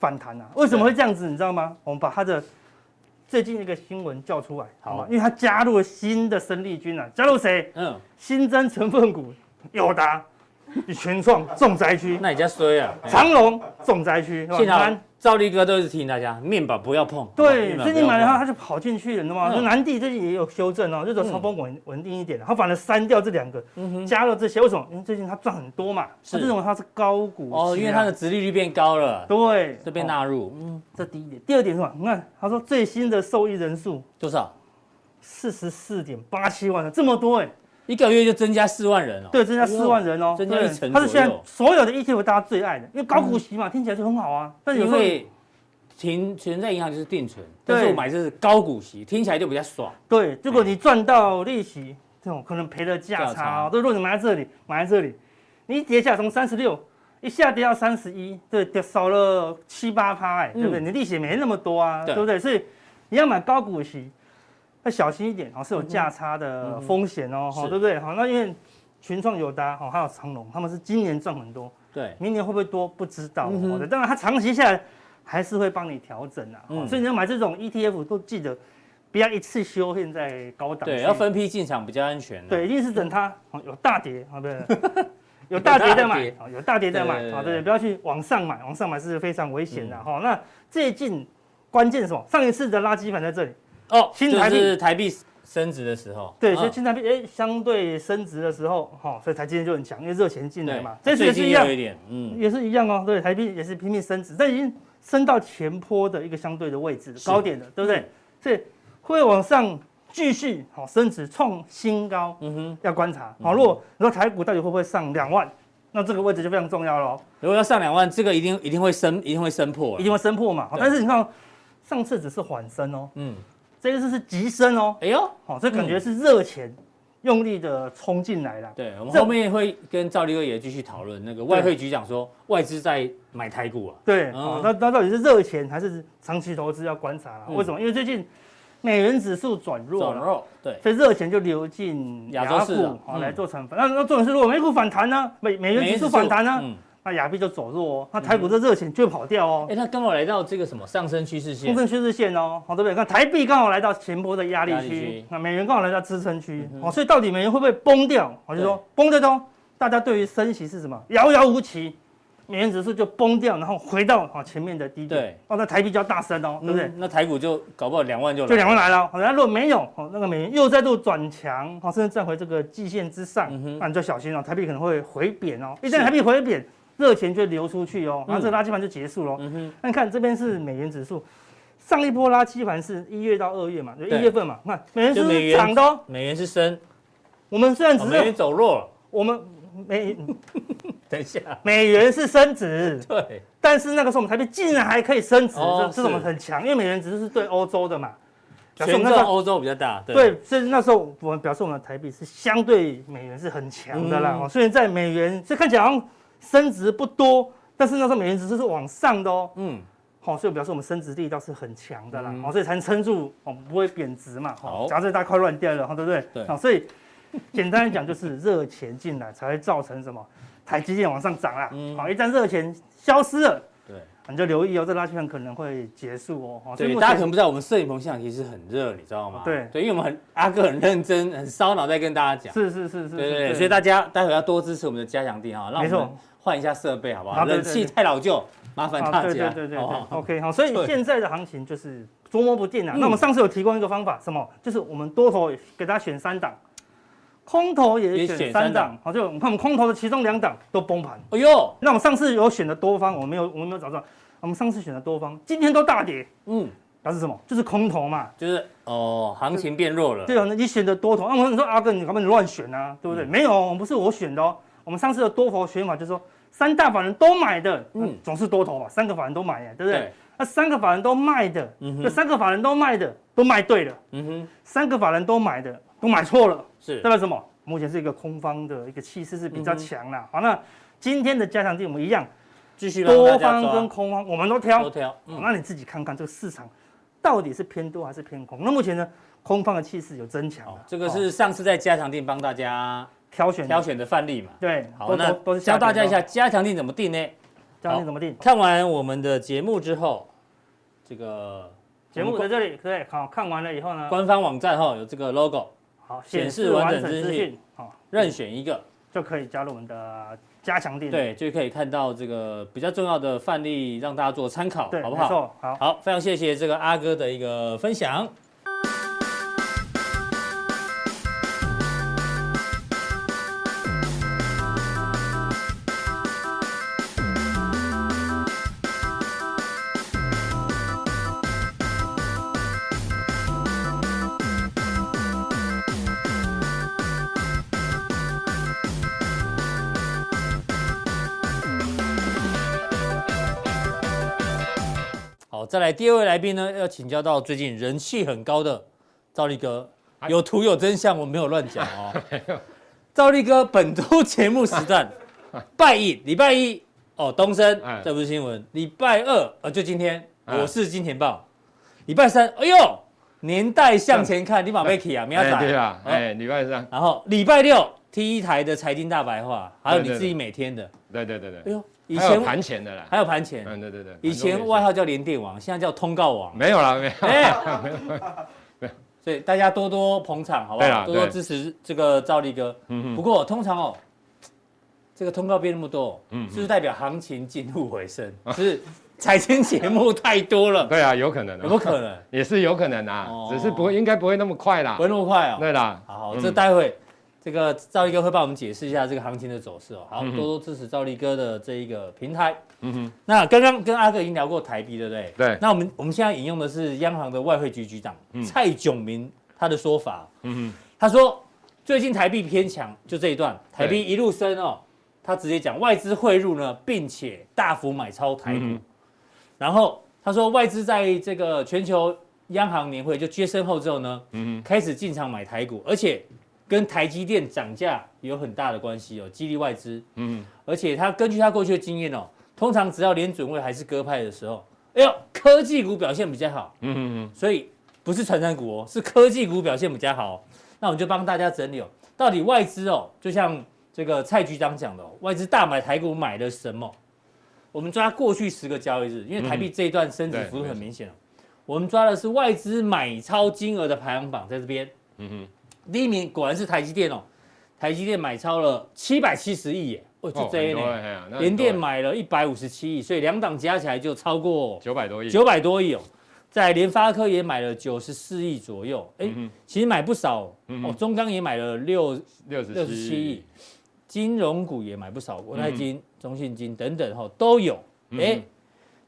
[SPEAKER 2] 反弹
[SPEAKER 1] 嗯
[SPEAKER 2] 啊。为什么会这样子？你知道吗？我们把它的最近一个新闻叫出来，
[SPEAKER 1] 好
[SPEAKER 2] 吗因为它加入了新的生力军啊，加入谁？
[SPEAKER 1] 嗯，
[SPEAKER 2] 新增成分股友达、 全创重灾区、
[SPEAKER 1] 那你家啊衰啊，哎
[SPEAKER 2] 长隆重灾区，是吧
[SPEAKER 1] 幸
[SPEAKER 2] 南
[SPEAKER 1] 好赵力哥都是提醒大家，面板不要碰。哦
[SPEAKER 2] 对，
[SPEAKER 1] 面板
[SPEAKER 2] 最
[SPEAKER 1] 不
[SPEAKER 2] 近
[SPEAKER 1] 要
[SPEAKER 2] 买了
[SPEAKER 1] 碰
[SPEAKER 2] 它，它就跑进去了，你知道吗？
[SPEAKER 1] 嗯
[SPEAKER 2] 就南地最近也有修正哦，就走长风稳稳定一点了，它反而删掉这两个，加了这些，为什么？因为最近它赚很多嘛，
[SPEAKER 1] 嗯是
[SPEAKER 2] 它认为它是高股
[SPEAKER 1] 哦，
[SPEAKER 2] 息
[SPEAKER 1] 因为
[SPEAKER 2] 啊
[SPEAKER 1] 它的殖利率变高了，
[SPEAKER 2] 对，
[SPEAKER 1] 这被
[SPEAKER 2] 哦
[SPEAKER 1] 纳入，嗯，
[SPEAKER 2] 这第一点，第二点是什么？你看，他说最新的受益人数
[SPEAKER 1] 多少？
[SPEAKER 2] 四十四点八七万人，这么多哎，
[SPEAKER 1] 一个月就增加四万人哦。
[SPEAKER 2] 对，增加
[SPEAKER 1] 哎呦
[SPEAKER 2] 四万人哦，
[SPEAKER 1] 增加
[SPEAKER 2] 对
[SPEAKER 1] 一成
[SPEAKER 2] 它是现在
[SPEAKER 1] 左右嗯
[SPEAKER 2] 所有的 ETF 大家最爱的，因为高股息嘛，听起来就很好啊，但是有
[SPEAKER 1] 因
[SPEAKER 2] 时候
[SPEAKER 1] 为停存在银行就是定存，但是
[SPEAKER 2] 对
[SPEAKER 1] 我买这是高股息，听起来就比较爽。
[SPEAKER 2] 对，结果你赚到利息，这种可能赔了价
[SPEAKER 1] 价
[SPEAKER 2] 差
[SPEAKER 1] 差
[SPEAKER 2] 哦。对，如果你买在这里，买在这里，你一跌下从三十六一下跌到三十一，对，跌少了七八趴，哎、对不对？你利息也没那么多啊，
[SPEAKER 1] 对
[SPEAKER 2] 对不对？所以你要买高股息，要小心一点哦，是有价差的风险哦，
[SPEAKER 1] 是
[SPEAKER 2] 哈，对不对？好，那因为群创、友达，哦，还有长隆，他们是今年赚很多，
[SPEAKER 1] 对，
[SPEAKER 2] 明年会不会多不知道
[SPEAKER 1] 嗯哼
[SPEAKER 2] 哦。好的，当然它长期下来还是会帮你调整啊，哦
[SPEAKER 1] 嗯
[SPEAKER 2] 所以你要买这种 ETF 都记得不要一次修现在高档，
[SPEAKER 1] 对，要。分批进场比较安全、啊。
[SPEAKER 2] 对，一定是等它哦有大跌啊，不是 有大跌再
[SPEAKER 1] 有大
[SPEAKER 2] 买
[SPEAKER 1] 跌，
[SPEAKER 2] 哦有大跌再买
[SPEAKER 1] 对对对
[SPEAKER 2] 啊，
[SPEAKER 1] 对嗯
[SPEAKER 2] 对，不要去往上买，往上买是非常危险的哈。那最近关键是什么？上一次的垃圾盘在这里，
[SPEAKER 1] 哦，
[SPEAKER 2] 新
[SPEAKER 1] 就
[SPEAKER 2] 台币
[SPEAKER 1] 是台币升值的时候。
[SPEAKER 2] 对，
[SPEAKER 1] 嗯
[SPEAKER 2] 所以新台币哎相对升值的时候，哈，所以台积电就很强，因为热钱进来
[SPEAKER 1] 对
[SPEAKER 2] 嘛。这次也
[SPEAKER 1] 最近
[SPEAKER 2] 是一样
[SPEAKER 1] 又，有一点，嗯，
[SPEAKER 2] 也是一样哦，对，台币也是拼命升值，但已经升到前坡的一个相对的位置
[SPEAKER 1] 是嗯
[SPEAKER 2] 高点了，对不对？所以会往上继续好升值创新高，
[SPEAKER 1] 嗯哼，
[SPEAKER 2] 要观察。好，如果你说台股到底会不会上两万，那这个位置就非常重要了，
[SPEAKER 1] 如果要上两万，这个一定一定会升，一定会升破啊。
[SPEAKER 2] 一定会升破嘛。好
[SPEAKER 1] 对
[SPEAKER 2] 但是你看哦，上次只是缓升哦，
[SPEAKER 1] 嗯，
[SPEAKER 2] 这一次是急升哦，
[SPEAKER 1] 哎呦，
[SPEAKER 2] 好，这感觉是热钱用力的冲进来了。
[SPEAKER 1] 对我们
[SPEAKER 2] 这
[SPEAKER 1] 后面会跟赵立哥也继续讨论那个外汇局讲说外资在买台股啊，
[SPEAKER 2] 对，
[SPEAKER 1] 嗯
[SPEAKER 2] 哦，那那到底是热钱还是长期投资要观察啦？
[SPEAKER 1] 嗯
[SPEAKER 2] 为什么？因为最近美元指数转弱
[SPEAKER 1] 转
[SPEAKER 2] 了。
[SPEAKER 1] 弱，对，
[SPEAKER 2] 所以热钱就流进
[SPEAKER 1] 亚
[SPEAKER 2] 亚
[SPEAKER 1] 洲
[SPEAKER 2] 洲
[SPEAKER 1] 市
[SPEAKER 2] 市
[SPEAKER 1] 场
[SPEAKER 2] 好、
[SPEAKER 1] 嗯
[SPEAKER 2] 来做惩罚。那那重点是，如果美股反弹呢，美美元指数反弹啊呢，
[SPEAKER 1] 嗯，
[SPEAKER 2] 那亚币就走弱哦，那台股这热钱就会跑掉哦，
[SPEAKER 1] 哎，它刚好来到这个什么上升趋势线
[SPEAKER 2] 中，正趋势线哦，好对不对？那台币刚好来到前波的压力
[SPEAKER 1] 压力区嗯
[SPEAKER 2] 区，那美元刚好来到支撑区，哦，所以到底美元会不会崩掉？我就说崩掉中，大家对于升息是什么遥遥无期。美元指数就崩掉，然后回到啊前面的低点，
[SPEAKER 1] 对
[SPEAKER 2] 哦，那台币就要大升哦，对不对？
[SPEAKER 1] 嗯？那台股就搞不好两万就
[SPEAKER 2] 就两万
[SPEAKER 1] 了，
[SPEAKER 2] 来了。好，那如果没有，哦，那个美元又再度转强，好，甚至站回这个季线之上，
[SPEAKER 1] 嗯哼
[SPEAKER 2] 那你就小心了、台币可能会回贬哦。一
[SPEAKER 1] 是
[SPEAKER 2] 旦台币回贬，热钱就会流出去哦，
[SPEAKER 1] 嗯
[SPEAKER 2] 然后这个垃圾盘就结束了哦。
[SPEAKER 1] 嗯哼，
[SPEAKER 2] 那、你看这边是美元指数，上一波垃圾盘是一月到二月嘛，就
[SPEAKER 1] 对
[SPEAKER 2] 一月份嘛，那美元指
[SPEAKER 1] 就
[SPEAKER 2] 数
[SPEAKER 1] 美
[SPEAKER 2] 是
[SPEAKER 1] 元
[SPEAKER 2] 涨的哦。
[SPEAKER 1] 美元是升，
[SPEAKER 2] 我们虽然
[SPEAKER 1] 哦
[SPEAKER 2] 只
[SPEAKER 1] 美元
[SPEAKER 2] 是
[SPEAKER 1] 走弱了，
[SPEAKER 2] 我们美
[SPEAKER 1] 等一下，
[SPEAKER 2] 美元是升值，
[SPEAKER 1] 对，
[SPEAKER 2] 但是那个时候我们台币竟然还可以升值，
[SPEAKER 1] 哦
[SPEAKER 2] 这这种
[SPEAKER 1] 是
[SPEAKER 2] 很强，因为美元指数是对欧洲的嘛，表示我
[SPEAKER 1] 权
[SPEAKER 2] 们那时
[SPEAKER 1] 重
[SPEAKER 2] 候
[SPEAKER 1] 欧洲比较大，对，
[SPEAKER 2] 对，所以那时候我们表示我们的台币是相对美元是很强的啦。
[SPEAKER 1] 嗯
[SPEAKER 2] 哦，虽然在美元，所以看起来好像升值不多，但是那时候美元指数是往上的哦。
[SPEAKER 1] 嗯，
[SPEAKER 2] 好、所以表示我们升值力道是很强的啦。
[SPEAKER 1] 嗯
[SPEAKER 2] 好、所以才能撑住，哦，不会贬值嘛。哦
[SPEAKER 1] 好
[SPEAKER 2] 假设大家快乱掉了，哦对不对？
[SPEAKER 1] 对
[SPEAKER 2] 好、所以简单来讲，就是热钱进来才会造成什么台积电往上涨啦。好、
[SPEAKER 1] 嗯
[SPEAKER 2] 一旦热钱消失了。
[SPEAKER 1] 对。
[SPEAKER 2] 你就留意哦，这拉锯盘可能会结束哦。哦所以
[SPEAKER 1] 对，
[SPEAKER 2] 目
[SPEAKER 1] 大家
[SPEAKER 2] 前
[SPEAKER 1] 可啊能不知道，我们摄影棚现场其实很热，你知道吗？
[SPEAKER 2] 对
[SPEAKER 1] 对，因为我们很阿哥很认真、很烧脑在跟大家讲。
[SPEAKER 2] 是是是是，
[SPEAKER 1] 对对
[SPEAKER 2] 是
[SPEAKER 1] 对，所以大家待会要多支持我们的嘉祥弟哈，让我
[SPEAKER 2] 嗯没错
[SPEAKER 1] 们换一下设备好不好？
[SPEAKER 2] 好对
[SPEAKER 1] 冷
[SPEAKER 2] 对
[SPEAKER 1] 气太老旧，麻烦
[SPEAKER 2] 啊，
[SPEAKER 1] 大
[SPEAKER 2] 对对
[SPEAKER 1] 家。
[SPEAKER 2] 对对对
[SPEAKER 1] 好不好
[SPEAKER 2] o k 好，所以
[SPEAKER 1] 对
[SPEAKER 2] 现在的行情就是捉摸不定啊。
[SPEAKER 1] 嗯
[SPEAKER 2] 那我们上次有提供一个方法，什么？就是我们多头给大家选三档，空头
[SPEAKER 1] 也
[SPEAKER 2] 也
[SPEAKER 1] 选
[SPEAKER 2] 选
[SPEAKER 1] 三
[SPEAKER 2] 三档，好，就我们看我们空头的其中两档都崩盘。
[SPEAKER 1] 哎呦，
[SPEAKER 2] 那我们上次有选的多方，我们没有我们没有找到，我们上次选的多方今天都大跌，
[SPEAKER 1] 嗯，
[SPEAKER 2] 表示什么？就是空头嘛。
[SPEAKER 1] 就是哦，行情变弱了。
[SPEAKER 2] 对啊，你选的多头，那、我说你说阿哥，你干嘛你乱选啊？对不对？没有，我们不是我选的哦。我们上次的多头选法就是说，三大法人都买的，
[SPEAKER 1] 嗯
[SPEAKER 2] 嗯，总是多头嘛，三个法人都买呀，对不对
[SPEAKER 1] 对？，
[SPEAKER 2] 那三个法人都卖的，
[SPEAKER 1] 嗯
[SPEAKER 2] 这
[SPEAKER 1] 哼，
[SPEAKER 2] 三个法人都卖的都卖对了，
[SPEAKER 1] 嗯哼，
[SPEAKER 2] 三个法人都买的都买错了，
[SPEAKER 1] 是
[SPEAKER 2] 代表什么？目前是一个空方的一个气势是比较
[SPEAKER 1] 嗯
[SPEAKER 2] 强啦。好，那今天的加强地我们一样，
[SPEAKER 1] 继续让大
[SPEAKER 2] 多
[SPEAKER 1] 家
[SPEAKER 2] 方跟
[SPEAKER 1] 抓，
[SPEAKER 2] 空方我们都挑
[SPEAKER 1] 多，挑，嗯，
[SPEAKER 2] 那你自己看看这个市场到底是偏多还是偏空？那目前呢，空方的气势有增强
[SPEAKER 1] 好
[SPEAKER 2] 啦，，
[SPEAKER 1] 这个
[SPEAKER 2] 哦
[SPEAKER 1] 是上次在加强定帮大家
[SPEAKER 2] 挑选的
[SPEAKER 1] 挑选的范例嘛。
[SPEAKER 2] 对，
[SPEAKER 1] 好，
[SPEAKER 2] 都
[SPEAKER 1] 那
[SPEAKER 2] 都都是
[SPEAKER 1] 教
[SPEAKER 2] 下跌
[SPEAKER 1] 大家
[SPEAKER 2] 的
[SPEAKER 1] 一下加强定怎么定呢？
[SPEAKER 2] 加强地怎么定？
[SPEAKER 1] 看完我们的节目之后，这个
[SPEAKER 2] 节目在这里，对，好看完了以后呢，
[SPEAKER 1] 官方网站哈有这个 logo，
[SPEAKER 2] 好
[SPEAKER 1] 显示完整资讯，
[SPEAKER 2] 好
[SPEAKER 1] 任选一个，
[SPEAKER 2] 就可以加入我们的加强地。
[SPEAKER 1] 对，就可以看到这个比较重要的范例，让大家做参考，
[SPEAKER 2] 对，
[SPEAKER 1] 好不
[SPEAKER 2] 没
[SPEAKER 1] 好？
[SPEAKER 2] 错，好。
[SPEAKER 1] 好，非常谢谢这个阿哥的一个分享。好，再来第二位来宾呢，要请教到最近人气很高的赵力哥。
[SPEAKER 3] 哎
[SPEAKER 1] 有图有真相，我没有乱讲 哦。赵力哥，本周节目实战，拜一礼拜一哦，东升
[SPEAKER 3] 哎，
[SPEAKER 1] 这不是新闻。礼拜二呃，就今天，
[SPEAKER 3] 哎
[SPEAKER 1] 我是金钱豹。礼拜三，哎呦，年代向前看，你马贝奇啊，明仔
[SPEAKER 3] 哎
[SPEAKER 1] 载
[SPEAKER 3] 对啊，
[SPEAKER 1] 哦
[SPEAKER 3] 哎，礼拜三，
[SPEAKER 1] 然后礼拜六 T 一台的财经大白话，还有
[SPEAKER 3] 对
[SPEAKER 1] 你
[SPEAKER 3] 对
[SPEAKER 1] 自己每天的。
[SPEAKER 3] 对对对
[SPEAKER 1] 哎
[SPEAKER 3] 对，
[SPEAKER 1] 呦，以
[SPEAKER 3] 还有
[SPEAKER 1] 前
[SPEAKER 3] 盘前的啦，
[SPEAKER 1] 还有盘前，
[SPEAKER 3] 嗯对对对，
[SPEAKER 1] 以
[SPEAKER 3] 盘
[SPEAKER 1] 前
[SPEAKER 3] 中也是
[SPEAKER 1] 外号叫连电王，现在叫通告 王。
[SPEAKER 3] 没有啦，没有，
[SPEAKER 1] 哎，所以大家多多捧场，好不
[SPEAKER 3] 对
[SPEAKER 1] 好？
[SPEAKER 3] 啦
[SPEAKER 1] 多多
[SPEAKER 3] 对
[SPEAKER 1] 支持这个赵力哥。
[SPEAKER 3] 嗯
[SPEAKER 1] 不
[SPEAKER 3] 嗯，
[SPEAKER 1] 过通常哦，这个通告变那么多，
[SPEAKER 3] 嗯
[SPEAKER 1] 是不是代表行情进入回升？ 是财经节目太多了，
[SPEAKER 3] 对啊，有可能，
[SPEAKER 1] 有没有？ 可能？
[SPEAKER 3] 也是有可能啊
[SPEAKER 1] 哦，
[SPEAKER 3] 只是不会，应该不会那么快啦
[SPEAKER 1] 不，会那么快哦。
[SPEAKER 3] 对啦，
[SPEAKER 1] 好，
[SPEAKER 3] 嗯
[SPEAKER 1] 这待会这个赵力哥会帮我们解释一下这个行情的走势哦。好，
[SPEAKER 3] 嗯哼
[SPEAKER 1] 多多支持赵力哥的这一个平台。
[SPEAKER 3] 嗯哼，
[SPEAKER 1] 那刚刚跟阿哥已经聊过台币，对不对？
[SPEAKER 3] 对，
[SPEAKER 1] 那我们我们现在引用的是央行的外汇局局长
[SPEAKER 3] 嗯
[SPEAKER 1] 蔡炯明他的说法，
[SPEAKER 3] 嗯
[SPEAKER 1] 他说最近台币偏强，就这一段台币一路升哦，他直接讲外资汇入呢，并且大幅买超台股，
[SPEAKER 3] 嗯
[SPEAKER 1] 然后他说外资在这个全球央行年会就接生后之后呢，
[SPEAKER 3] 哼，嗯
[SPEAKER 1] 开始进场买台股，而且跟台积电涨价有很大的关系哦，激励外资。
[SPEAKER 3] 哼，嗯
[SPEAKER 1] 而且他根据他过去的经验哦，通常只要联准会还是鸽派的时候，哎呦，科技股表现比较好，
[SPEAKER 3] 嗯嗯
[SPEAKER 1] 所以不是传产股哦，是科技股表现比较好哦、那我们就帮大家整理哦，到底外资哦，就像这个蔡局长讲的、哦，外资大买台股买了什么？我们抓过去十个交易日，因为台
[SPEAKER 3] 嗯
[SPEAKER 1] 币这一段升值幅度很明显哦，我们抓的是外资买超金额的排行榜，在这边
[SPEAKER 3] 嗯哼，
[SPEAKER 1] 第一名果然是台积电哦，台积电买超了七百七十亿耶，哦，就这一
[SPEAKER 3] 哎
[SPEAKER 1] 呢。
[SPEAKER 3] 呢
[SPEAKER 1] 联电买了一百五十七亿，所以两档加起来就超过
[SPEAKER 3] 九百多亿，
[SPEAKER 1] 九百多亿哦。在联发科也买了九十四亿左右，哎、
[SPEAKER 3] 嗯
[SPEAKER 1] 其实买不少、
[SPEAKER 3] 嗯
[SPEAKER 1] 哦
[SPEAKER 3] 哼。
[SPEAKER 1] 中钢也买了六，
[SPEAKER 3] 六十
[SPEAKER 1] 67亿，金融股也买不少，国泰金、中信金等等哦都有。哎、
[SPEAKER 3] 嗯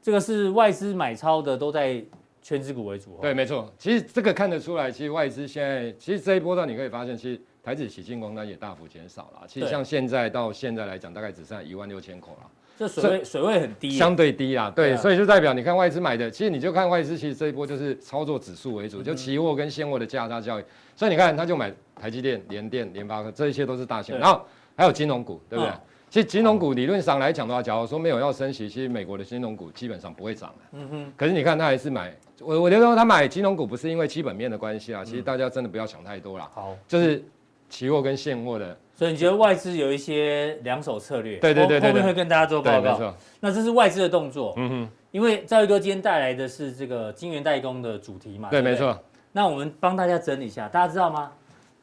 [SPEAKER 1] 这个是外资买超的，都在全指股为主、哦。
[SPEAKER 3] 对，没错。其实这个看得出来，其实外资现在，其实这一波段你可以发现，其实台指洗净空单也大幅减少了。其实
[SPEAKER 1] 对
[SPEAKER 3] 像现在到现在来讲，大概只剩下一万六千口了。
[SPEAKER 1] 这水位水位很低耶，
[SPEAKER 3] 相对低啦，
[SPEAKER 1] 对
[SPEAKER 3] 对，
[SPEAKER 1] 啊
[SPEAKER 3] 所以就代表你看外资买的，其实你就看外资，其实这一波就是操作指数为
[SPEAKER 1] 嗯
[SPEAKER 3] 主，就期货跟现货的价差交易。所以你看，他就买台积电、联电、联发科，这一些都是大型，
[SPEAKER 1] 对
[SPEAKER 3] 然后还有金融股，对不对
[SPEAKER 1] 嗯？
[SPEAKER 3] 其实金融股理论上来讲的话，假如说没有要升息，其实美国的金融股基本上不会涨的。
[SPEAKER 1] 嗯哼，
[SPEAKER 3] 可是你看他还是买，我我觉得他买金融股不是因为基本面的关
[SPEAKER 1] 嗯
[SPEAKER 3] 系啊，其实大家真的不要想太多啦，
[SPEAKER 1] 好。
[SPEAKER 3] 就是期货跟现货的，
[SPEAKER 1] 所以你觉得外资有一些两手策略？
[SPEAKER 3] 对对对
[SPEAKER 1] 后后
[SPEAKER 3] 对
[SPEAKER 1] 面
[SPEAKER 3] 对
[SPEAKER 1] 会跟大家做
[SPEAKER 3] 对，
[SPEAKER 1] 报
[SPEAKER 3] 没
[SPEAKER 1] 告。
[SPEAKER 3] 错，
[SPEAKER 1] 那这是外资的动作。
[SPEAKER 3] 嗯哼，
[SPEAKER 1] 因为赵一哥今天带来的是这个晶圆代工的主题嘛，
[SPEAKER 3] 对，
[SPEAKER 1] 不
[SPEAKER 3] 没。错，
[SPEAKER 1] 那我们帮大家整理一下，大家知道吗？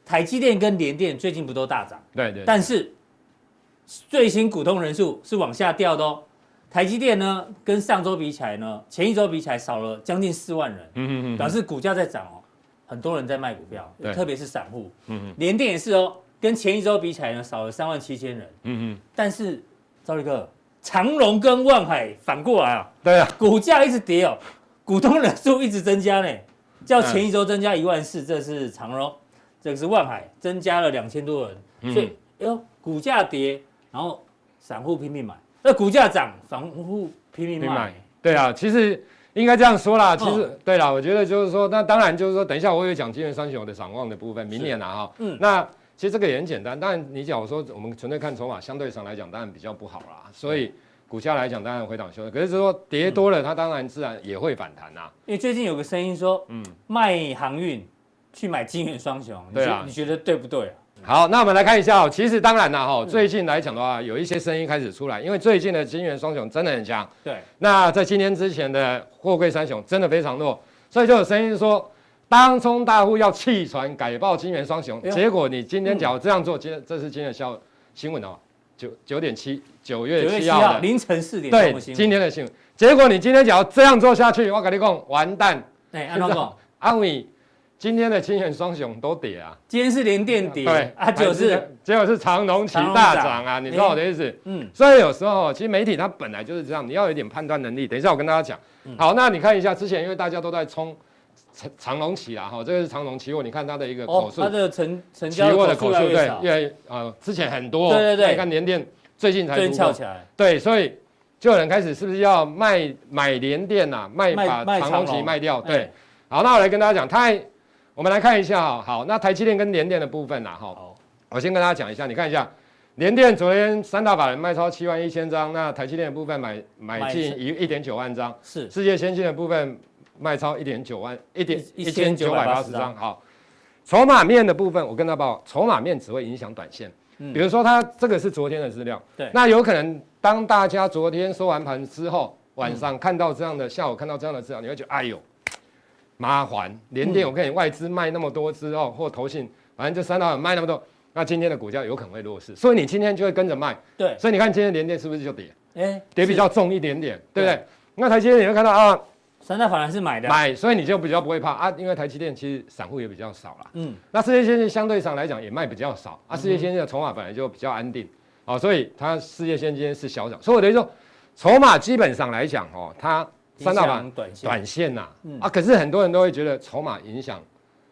[SPEAKER 1] 台积电跟联电最近不都大涨，
[SPEAKER 3] 对对，
[SPEAKER 1] 但是最新股东人数是往下掉的哦。台积电呢，跟上周比起来呢，前一周比起来少了将近四万人，
[SPEAKER 3] 嗯
[SPEAKER 1] 表
[SPEAKER 3] 哼
[SPEAKER 1] 示股价在涨哦，很多人在卖股票，
[SPEAKER 3] 对
[SPEAKER 1] 特别是散户。
[SPEAKER 3] 嗯哼
[SPEAKER 1] 联电也是哦，跟前一周比起来呢，少了三万七千人，
[SPEAKER 3] 嗯哼，
[SPEAKER 1] 但是赵力哥，长隆跟万海反过来啊。
[SPEAKER 3] 对啊，
[SPEAKER 1] 股价一直跌哦，股东人数一直增加呢，较前一周增
[SPEAKER 3] 嗯
[SPEAKER 1] 加一万四，这是长荣，这个是万海，增加了两千多人，
[SPEAKER 3] 嗯
[SPEAKER 1] 所以哎呦，股价跌，然后散户拼命买，那股价涨，散户拼命
[SPEAKER 3] 明白
[SPEAKER 1] 卖，，
[SPEAKER 3] 对啊，其实应该这样说啦，其实、
[SPEAKER 1] 哦
[SPEAKER 3] 对啦，我觉得就是说，那当然就是说，等一下我也讲金元三雄的展望的部分，明年啦哈，
[SPEAKER 1] 嗯
[SPEAKER 3] 嗯，那其实这个也很简单，当然你讲我说我们纯粹看筹码，相对上来讲当然比较不好啦，所以股价来讲当然回档修正，可是说跌多了，它当然自然也会反弹啊啦，
[SPEAKER 1] 因为最近有个声音说
[SPEAKER 3] 嗯。
[SPEAKER 1] 卖航运去买金元双雄，你
[SPEAKER 3] 对
[SPEAKER 1] 觉
[SPEAKER 3] 啊
[SPEAKER 1] 你觉得对不对啊？
[SPEAKER 3] 好，那我们来看一下哦。其实当然啦，哈，最近来讲的话，有一些声音开始出来，因为最近的金元双雄真的很强。
[SPEAKER 1] 对，
[SPEAKER 3] 那在今天之前的货柜三雄真的非常弱，所以就有声音说，当冲大户要弃船改报金元双雄
[SPEAKER 1] 哎。呦
[SPEAKER 3] 结果你今天假如这样做，今天这是今天的消新闻哦，九九点七九
[SPEAKER 1] 九
[SPEAKER 3] 月
[SPEAKER 1] 月
[SPEAKER 3] 七
[SPEAKER 1] 七
[SPEAKER 3] 号
[SPEAKER 1] 号
[SPEAKER 3] 的
[SPEAKER 1] 凌晨四点
[SPEAKER 3] 对
[SPEAKER 1] 钟的新闻，
[SPEAKER 3] 今天的新闻。结果你今天假如这样做下去，我跟你讲，完蛋，
[SPEAKER 1] 哎，安东总，
[SPEAKER 3] 安伟今天的金元双雄都跌啊。
[SPEAKER 1] 今天是连电跌，啊，九是
[SPEAKER 3] 结果是长隆期
[SPEAKER 1] 长荣
[SPEAKER 3] 大
[SPEAKER 1] 涨
[SPEAKER 3] 涨啊，你知
[SPEAKER 1] 哎
[SPEAKER 3] 道我的意思？
[SPEAKER 1] 嗯，
[SPEAKER 3] 所以有时候其实媒体它本来就是这样，你要有一点判断能力。等一下我跟大家讲。
[SPEAKER 1] 嗯
[SPEAKER 3] 好，那你看一下之前，因为大家都在冲长长隆期啦，哈，这个是长隆期货，你看它的一个口
[SPEAKER 1] 嗯哦，
[SPEAKER 3] 数
[SPEAKER 1] 它，的成成
[SPEAKER 3] 期
[SPEAKER 1] 交
[SPEAKER 3] 货的
[SPEAKER 1] 口
[SPEAKER 3] 口
[SPEAKER 1] 数越来
[SPEAKER 3] 数
[SPEAKER 1] 越
[SPEAKER 3] 对
[SPEAKER 1] 少，，
[SPEAKER 3] 越来越啊，之前很多，
[SPEAKER 1] 对对对
[SPEAKER 3] 你看联电最近才
[SPEAKER 1] 最
[SPEAKER 3] 突
[SPEAKER 1] 近
[SPEAKER 3] 破
[SPEAKER 1] 翘起来。
[SPEAKER 3] 对，所以就有人开始是不是要卖买联电呐、啊，卖
[SPEAKER 1] 卖
[SPEAKER 3] 把
[SPEAKER 1] 卖
[SPEAKER 3] 长
[SPEAKER 1] 长
[SPEAKER 3] 隆期
[SPEAKER 1] 荣
[SPEAKER 3] 卖掉？
[SPEAKER 1] 哎
[SPEAKER 3] 对，好，那我来跟大家讲，它还我们来看一下哈、好，那台积电跟联电的部分啦、哈、
[SPEAKER 1] 好，
[SPEAKER 3] 我先跟大家讲一下，你看一下，联电昨天三大法人卖超七万一千张，那台积电的部分买买进
[SPEAKER 1] 买
[SPEAKER 3] 一一点九万张，
[SPEAKER 1] 是
[SPEAKER 3] 世界先进的部分卖超一点九万一点
[SPEAKER 1] 一
[SPEAKER 3] 一千九百八
[SPEAKER 1] 1980
[SPEAKER 3] 十张，好。筹码面的部分，我跟他报，筹码面只会影响短线。
[SPEAKER 1] 嗯
[SPEAKER 3] 比如说，它这个是昨天的资料，
[SPEAKER 1] 对
[SPEAKER 3] 那有可能当大家昨天收完盘之后，晚上看到这样的，下午看到这样的资料，你会觉得哎呦，麻烦。连电，我跟你外资卖那么多之后，或投信，反正这三大板卖那么多，那今天的股价有可能会弱势，所以你今天就会跟着卖。
[SPEAKER 1] 对，
[SPEAKER 3] 所以你看今天连电是不是就跌，
[SPEAKER 1] 哎，
[SPEAKER 3] 跌比较重一点点，对不对？那台积电你会看到啊，
[SPEAKER 1] 是三大法人是买的，啊
[SPEAKER 3] 买，所以你就比较不会怕啊，因为台积电其实散户也比较少啦。
[SPEAKER 1] 嗯，
[SPEAKER 3] 那世界先进相对上来讲也卖比较少啊，世界先进的筹码本来就比较安定，好、所以它世界先进是小涨，所以我等于说，筹码基本上来讲哦，它三大板
[SPEAKER 1] 影响短线，
[SPEAKER 3] 短线呐、啊
[SPEAKER 1] 嗯
[SPEAKER 3] 可是很多人都会觉得筹码影响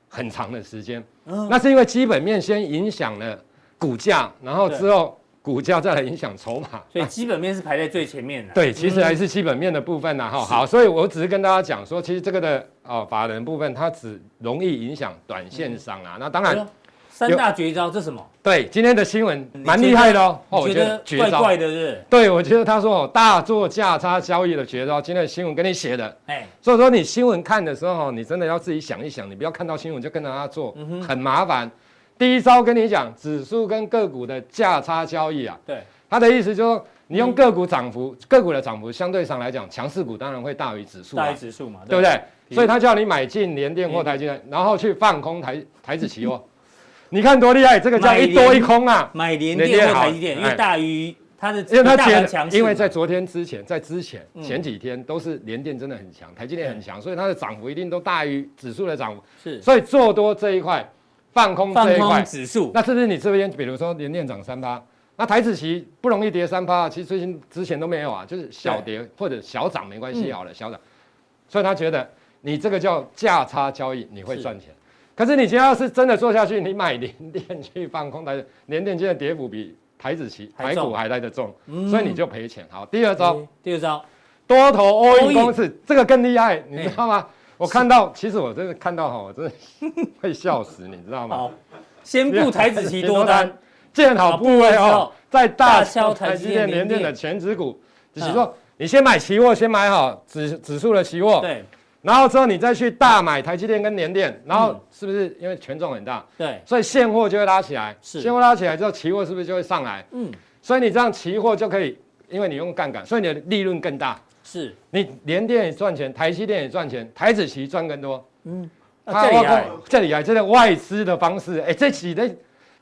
[SPEAKER 3] 很长的时间，
[SPEAKER 1] 嗯
[SPEAKER 3] 那是因为基本面先影响了股价，然后之后股价再来影响筹码，
[SPEAKER 1] 所以基本面是排在最前面的，，
[SPEAKER 3] 对，其实还是基本面的部分啦，
[SPEAKER 1] 嗯
[SPEAKER 3] 哈、好，所以我只是跟大家讲说，其实这个的哦，法人部分它只容易影响短线上啊。那当然，
[SPEAKER 1] 三大绝招这是什么？
[SPEAKER 3] 对今天的新闻
[SPEAKER 1] 嗯你
[SPEAKER 3] 蛮
[SPEAKER 1] 觉
[SPEAKER 3] 厉
[SPEAKER 1] 得
[SPEAKER 3] 害的哦，哦
[SPEAKER 1] 你觉得怪怪的，是不是？
[SPEAKER 3] 对我觉得他说哦，大做价差交易的绝招，今天的新闻跟你写的，
[SPEAKER 1] 哎，
[SPEAKER 3] 所以说你新闻看的时候，哦你真的要自己想一想，你不要看到新闻就跟着他做，
[SPEAKER 1] 嗯
[SPEAKER 3] 很麻烦。第一招跟你讲，指数跟个股的价差交易啊，
[SPEAKER 1] 对，
[SPEAKER 3] 他的意思就是说，你用个股涨幅，个股的涨幅相对上来讲，强势股当然会大于指数、
[SPEAKER 1] 大
[SPEAKER 3] 啊
[SPEAKER 1] 于，指数嘛，
[SPEAKER 3] 对不
[SPEAKER 1] 对？嗯
[SPEAKER 3] 对？所以他叫你买进联电或台积电，然后去放空 台台子期货。你看多厉害，这个叫一多一空啊！
[SPEAKER 1] 买联
[SPEAKER 3] 联
[SPEAKER 1] 电
[SPEAKER 3] 电
[SPEAKER 1] 或
[SPEAKER 3] 好
[SPEAKER 1] 台积电，因为
[SPEAKER 3] 哎
[SPEAKER 1] 大于它的，
[SPEAKER 3] 因为它
[SPEAKER 1] 大盘
[SPEAKER 3] 前
[SPEAKER 1] 强，势嘛，
[SPEAKER 3] 因为在昨天之前，在之前
[SPEAKER 1] 嗯
[SPEAKER 3] 前几天都是联电真的很强，台积电很
[SPEAKER 1] 对
[SPEAKER 3] 强，所以它的涨幅一定都大于指数的涨幅。
[SPEAKER 1] 是
[SPEAKER 3] 所以做多这一块，放空
[SPEAKER 1] 放
[SPEAKER 3] 这一
[SPEAKER 1] 空
[SPEAKER 3] 块，
[SPEAKER 1] 指数，
[SPEAKER 3] 那是不是你这边比如说联电涨三趴，那台子期不容易跌三趴，其实最近之前都没有啊，就是小跌或者小涨没关
[SPEAKER 1] 嗯
[SPEAKER 3] 系，好了，小涨。所以他觉得你这个叫价差交易，你会
[SPEAKER 1] 是
[SPEAKER 3] 赚钱。可是你今天要是真的做下去，你买联电去放空台，联电今天跌幅比台子期、
[SPEAKER 1] 还
[SPEAKER 3] 台
[SPEAKER 1] 重
[SPEAKER 3] 股还来得重，
[SPEAKER 1] 嗯
[SPEAKER 3] 所以你就赔钱。好，第二招
[SPEAKER 1] 哎第二招，
[SPEAKER 3] 多头 all
[SPEAKER 1] all in
[SPEAKER 3] in 公式，这个更厉害，你
[SPEAKER 1] 哎
[SPEAKER 3] 知道吗？我看到，其实我真的看到哈，我真的 会笑死，你知道吗？
[SPEAKER 1] 好，先布台子期多 单，，
[SPEAKER 3] 建好部
[SPEAKER 1] 好部位
[SPEAKER 3] 位
[SPEAKER 1] 之后
[SPEAKER 3] 哦，在大
[SPEAKER 1] 敲
[SPEAKER 3] 敲
[SPEAKER 1] 台
[SPEAKER 3] 台积
[SPEAKER 1] 积电
[SPEAKER 3] 电联电
[SPEAKER 1] 联电
[SPEAKER 3] 的全指股，只
[SPEAKER 1] 嗯
[SPEAKER 3] 是说你先买期货，先买好指指数的期货，
[SPEAKER 1] 对
[SPEAKER 3] 然后之后你再去大买台积电跟联电，然
[SPEAKER 1] 嗯
[SPEAKER 3] 后是不是因为权重很大，
[SPEAKER 1] 对，
[SPEAKER 3] 所以现货就会拉起来，
[SPEAKER 1] 是
[SPEAKER 3] 现货拉起来之后，期货是不是就会上来？
[SPEAKER 1] 嗯，
[SPEAKER 3] 所以你这样期货就可以，因为你用杠杆，所以你的利润更大。
[SPEAKER 1] 是，
[SPEAKER 3] 你联电也赚钱，台积电也赚钱，台子期赚更多。
[SPEAKER 1] 嗯，啊
[SPEAKER 3] 它
[SPEAKER 1] 这里
[SPEAKER 3] 外
[SPEAKER 1] 来
[SPEAKER 3] 国，这里啊，这个外资的方式，哎，这几的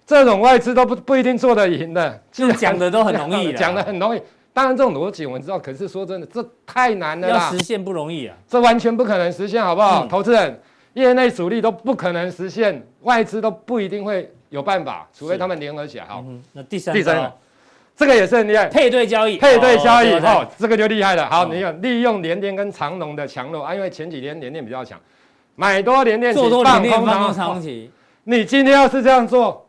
[SPEAKER 3] 这种外资都不不一定做得赢的，
[SPEAKER 1] 就讲的都很容易啦
[SPEAKER 3] 讲的很容易。当然，这种逻辑我们知道，可是说真的，这太难了
[SPEAKER 1] 要
[SPEAKER 3] 啦
[SPEAKER 1] 实，现不容易啊，
[SPEAKER 3] 这完全不可能实现，好不好？
[SPEAKER 1] 嗯
[SPEAKER 3] 投资人，业内主力都不可能实现，外资都不一定会有办法，除非他们联合起来。好，
[SPEAKER 1] 嗯，那第三
[SPEAKER 3] 第三
[SPEAKER 1] 招
[SPEAKER 3] 个这个也是很厉害。
[SPEAKER 1] 配对交易，
[SPEAKER 3] 配对交易
[SPEAKER 1] 嗯哦对
[SPEAKER 3] 哦，这个就厉害了。好，
[SPEAKER 1] 哦
[SPEAKER 3] 你有利用联电跟长隆的强弱啊，因为前几天联电比较强，买多联电
[SPEAKER 1] 对
[SPEAKER 3] 起
[SPEAKER 1] 做多
[SPEAKER 3] 放
[SPEAKER 1] 零点
[SPEAKER 3] 空啊哦
[SPEAKER 1] 放空
[SPEAKER 3] 长
[SPEAKER 1] 长
[SPEAKER 3] 隆。
[SPEAKER 1] 期，
[SPEAKER 3] 你今天要是这样做，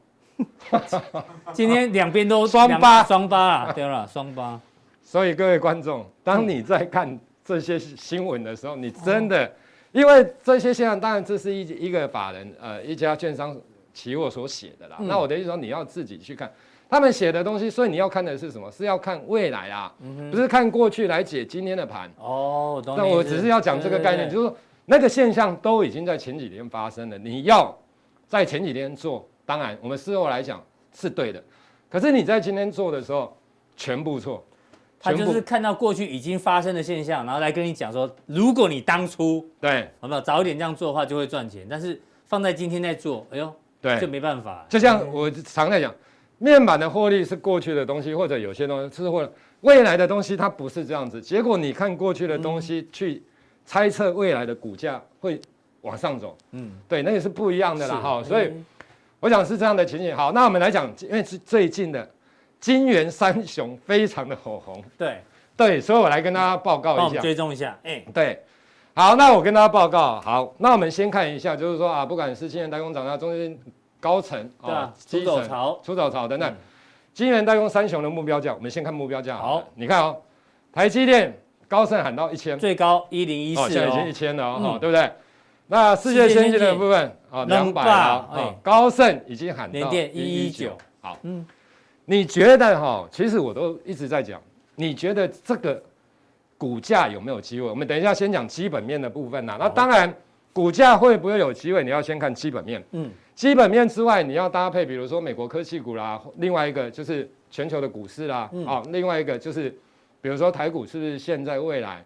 [SPEAKER 1] 今天两边都
[SPEAKER 3] 双
[SPEAKER 1] 两
[SPEAKER 3] 八
[SPEAKER 1] 双八啊，对了，双八，
[SPEAKER 3] 所以各位观众，当你在看这些新闻的时候，你真的，因为这些现象，当然这是一一个法人呃一家券商期货所写的啦。
[SPEAKER 1] 嗯
[SPEAKER 3] 那我的意思说，你要自己去看他们写的东西，所以你要看的是什么？是要看未来啊，不是看过去来解今天的盘。
[SPEAKER 1] 哦，我懂你
[SPEAKER 3] 那
[SPEAKER 1] 意思。
[SPEAKER 3] 我只是要讲这个概念，就是说那个现象都已经在前几天发生了，你要在前几天做，当然我们事后来讲是对的，可是你在今天做的时候全部错，
[SPEAKER 1] 他
[SPEAKER 3] 全
[SPEAKER 1] 就
[SPEAKER 3] 部
[SPEAKER 1] 是看到过去已经发生的现象，然后来跟你讲说，如果你当初
[SPEAKER 3] 对
[SPEAKER 1] 有没有早一点这样做的话，就会赚钱。但是放在今天再做，哎呦，这
[SPEAKER 3] 对，
[SPEAKER 1] 没办法。
[SPEAKER 3] 就像我常在讲，面板的获利是过去的东西，或者有些东西是或未来的东西，它不是这样子。结果你看过去的东
[SPEAKER 1] 嗯
[SPEAKER 3] 西去猜测未来的股价会往上走，
[SPEAKER 1] 嗯，
[SPEAKER 3] 对，那个是不一样的啦
[SPEAKER 1] 是
[SPEAKER 3] 哈，所以。
[SPEAKER 1] 嗯
[SPEAKER 3] 我想是这样的情景。好，那我们来讲，因为是最近的金元三雄非常的火红，
[SPEAKER 1] 对，
[SPEAKER 3] 对，所以我来跟大家报
[SPEAKER 1] 帮
[SPEAKER 3] 告
[SPEAKER 1] 我
[SPEAKER 3] 一
[SPEAKER 1] 们
[SPEAKER 3] 下。
[SPEAKER 1] 追踪一下。哎，
[SPEAKER 3] 对，好，那我跟大家报告。好，那我们先看一下，就是说啊，不管是金元代工厂啊、中间高层
[SPEAKER 1] 对啊，出
[SPEAKER 3] 哦基
[SPEAKER 1] 走
[SPEAKER 3] 层、
[SPEAKER 1] 潮，
[SPEAKER 3] 出走潮等等
[SPEAKER 1] 嗯，
[SPEAKER 3] 金元代工三雄的目标价，我们先看目标价。
[SPEAKER 1] 好，
[SPEAKER 3] 你看哦，台积电、高盛喊到一千，
[SPEAKER 1] 最高一零一
[SPEAKER 3] 哦，
[SPEAKER 1] 四
[SPEAKER 3] 现在已经
[SPEAKER 1] 哦
[SPEAKER 3] 一，千了哦，
[SPEAKER 1] 嗯
[SPEAKER 3] 对不对？那世界先进的部分啊，两
[SPEAKER 1] 能
[SPEAKER 3] 百
[SPEAKER 1] 吧
[SPEAKER 3] 啊，
[SPEAKER 1] 哎
[SPEAKER 3] 啊高盛已经喊
[SPEAKER 1] 联
[SPEAKER 3] 到
[SPEAKER 1] 电
[SPEAKER 3] 119
[SPEAKER 1] 119。
[SPEAKER 3] 好，
[SPEAKER 1] 嗯
[SPEAKER 3] 嗯，你觉得哈？其实我都一直在讲，你觉得这个股价有没有机会？我们等一下先讲基本面的部分呐。那当然，股价会不会有机会？你要先看基本面。
[SPEAKER 1] 嗯，
[SPEAKER 3] 基本面之外，你要搭配，比如说美国科技股啦，另外一个就是全球的股市啦，啊、
[SPEAKER 1] 嗯
[SPEAKER 3] 另外一个就是，比如说台股是不是现在未来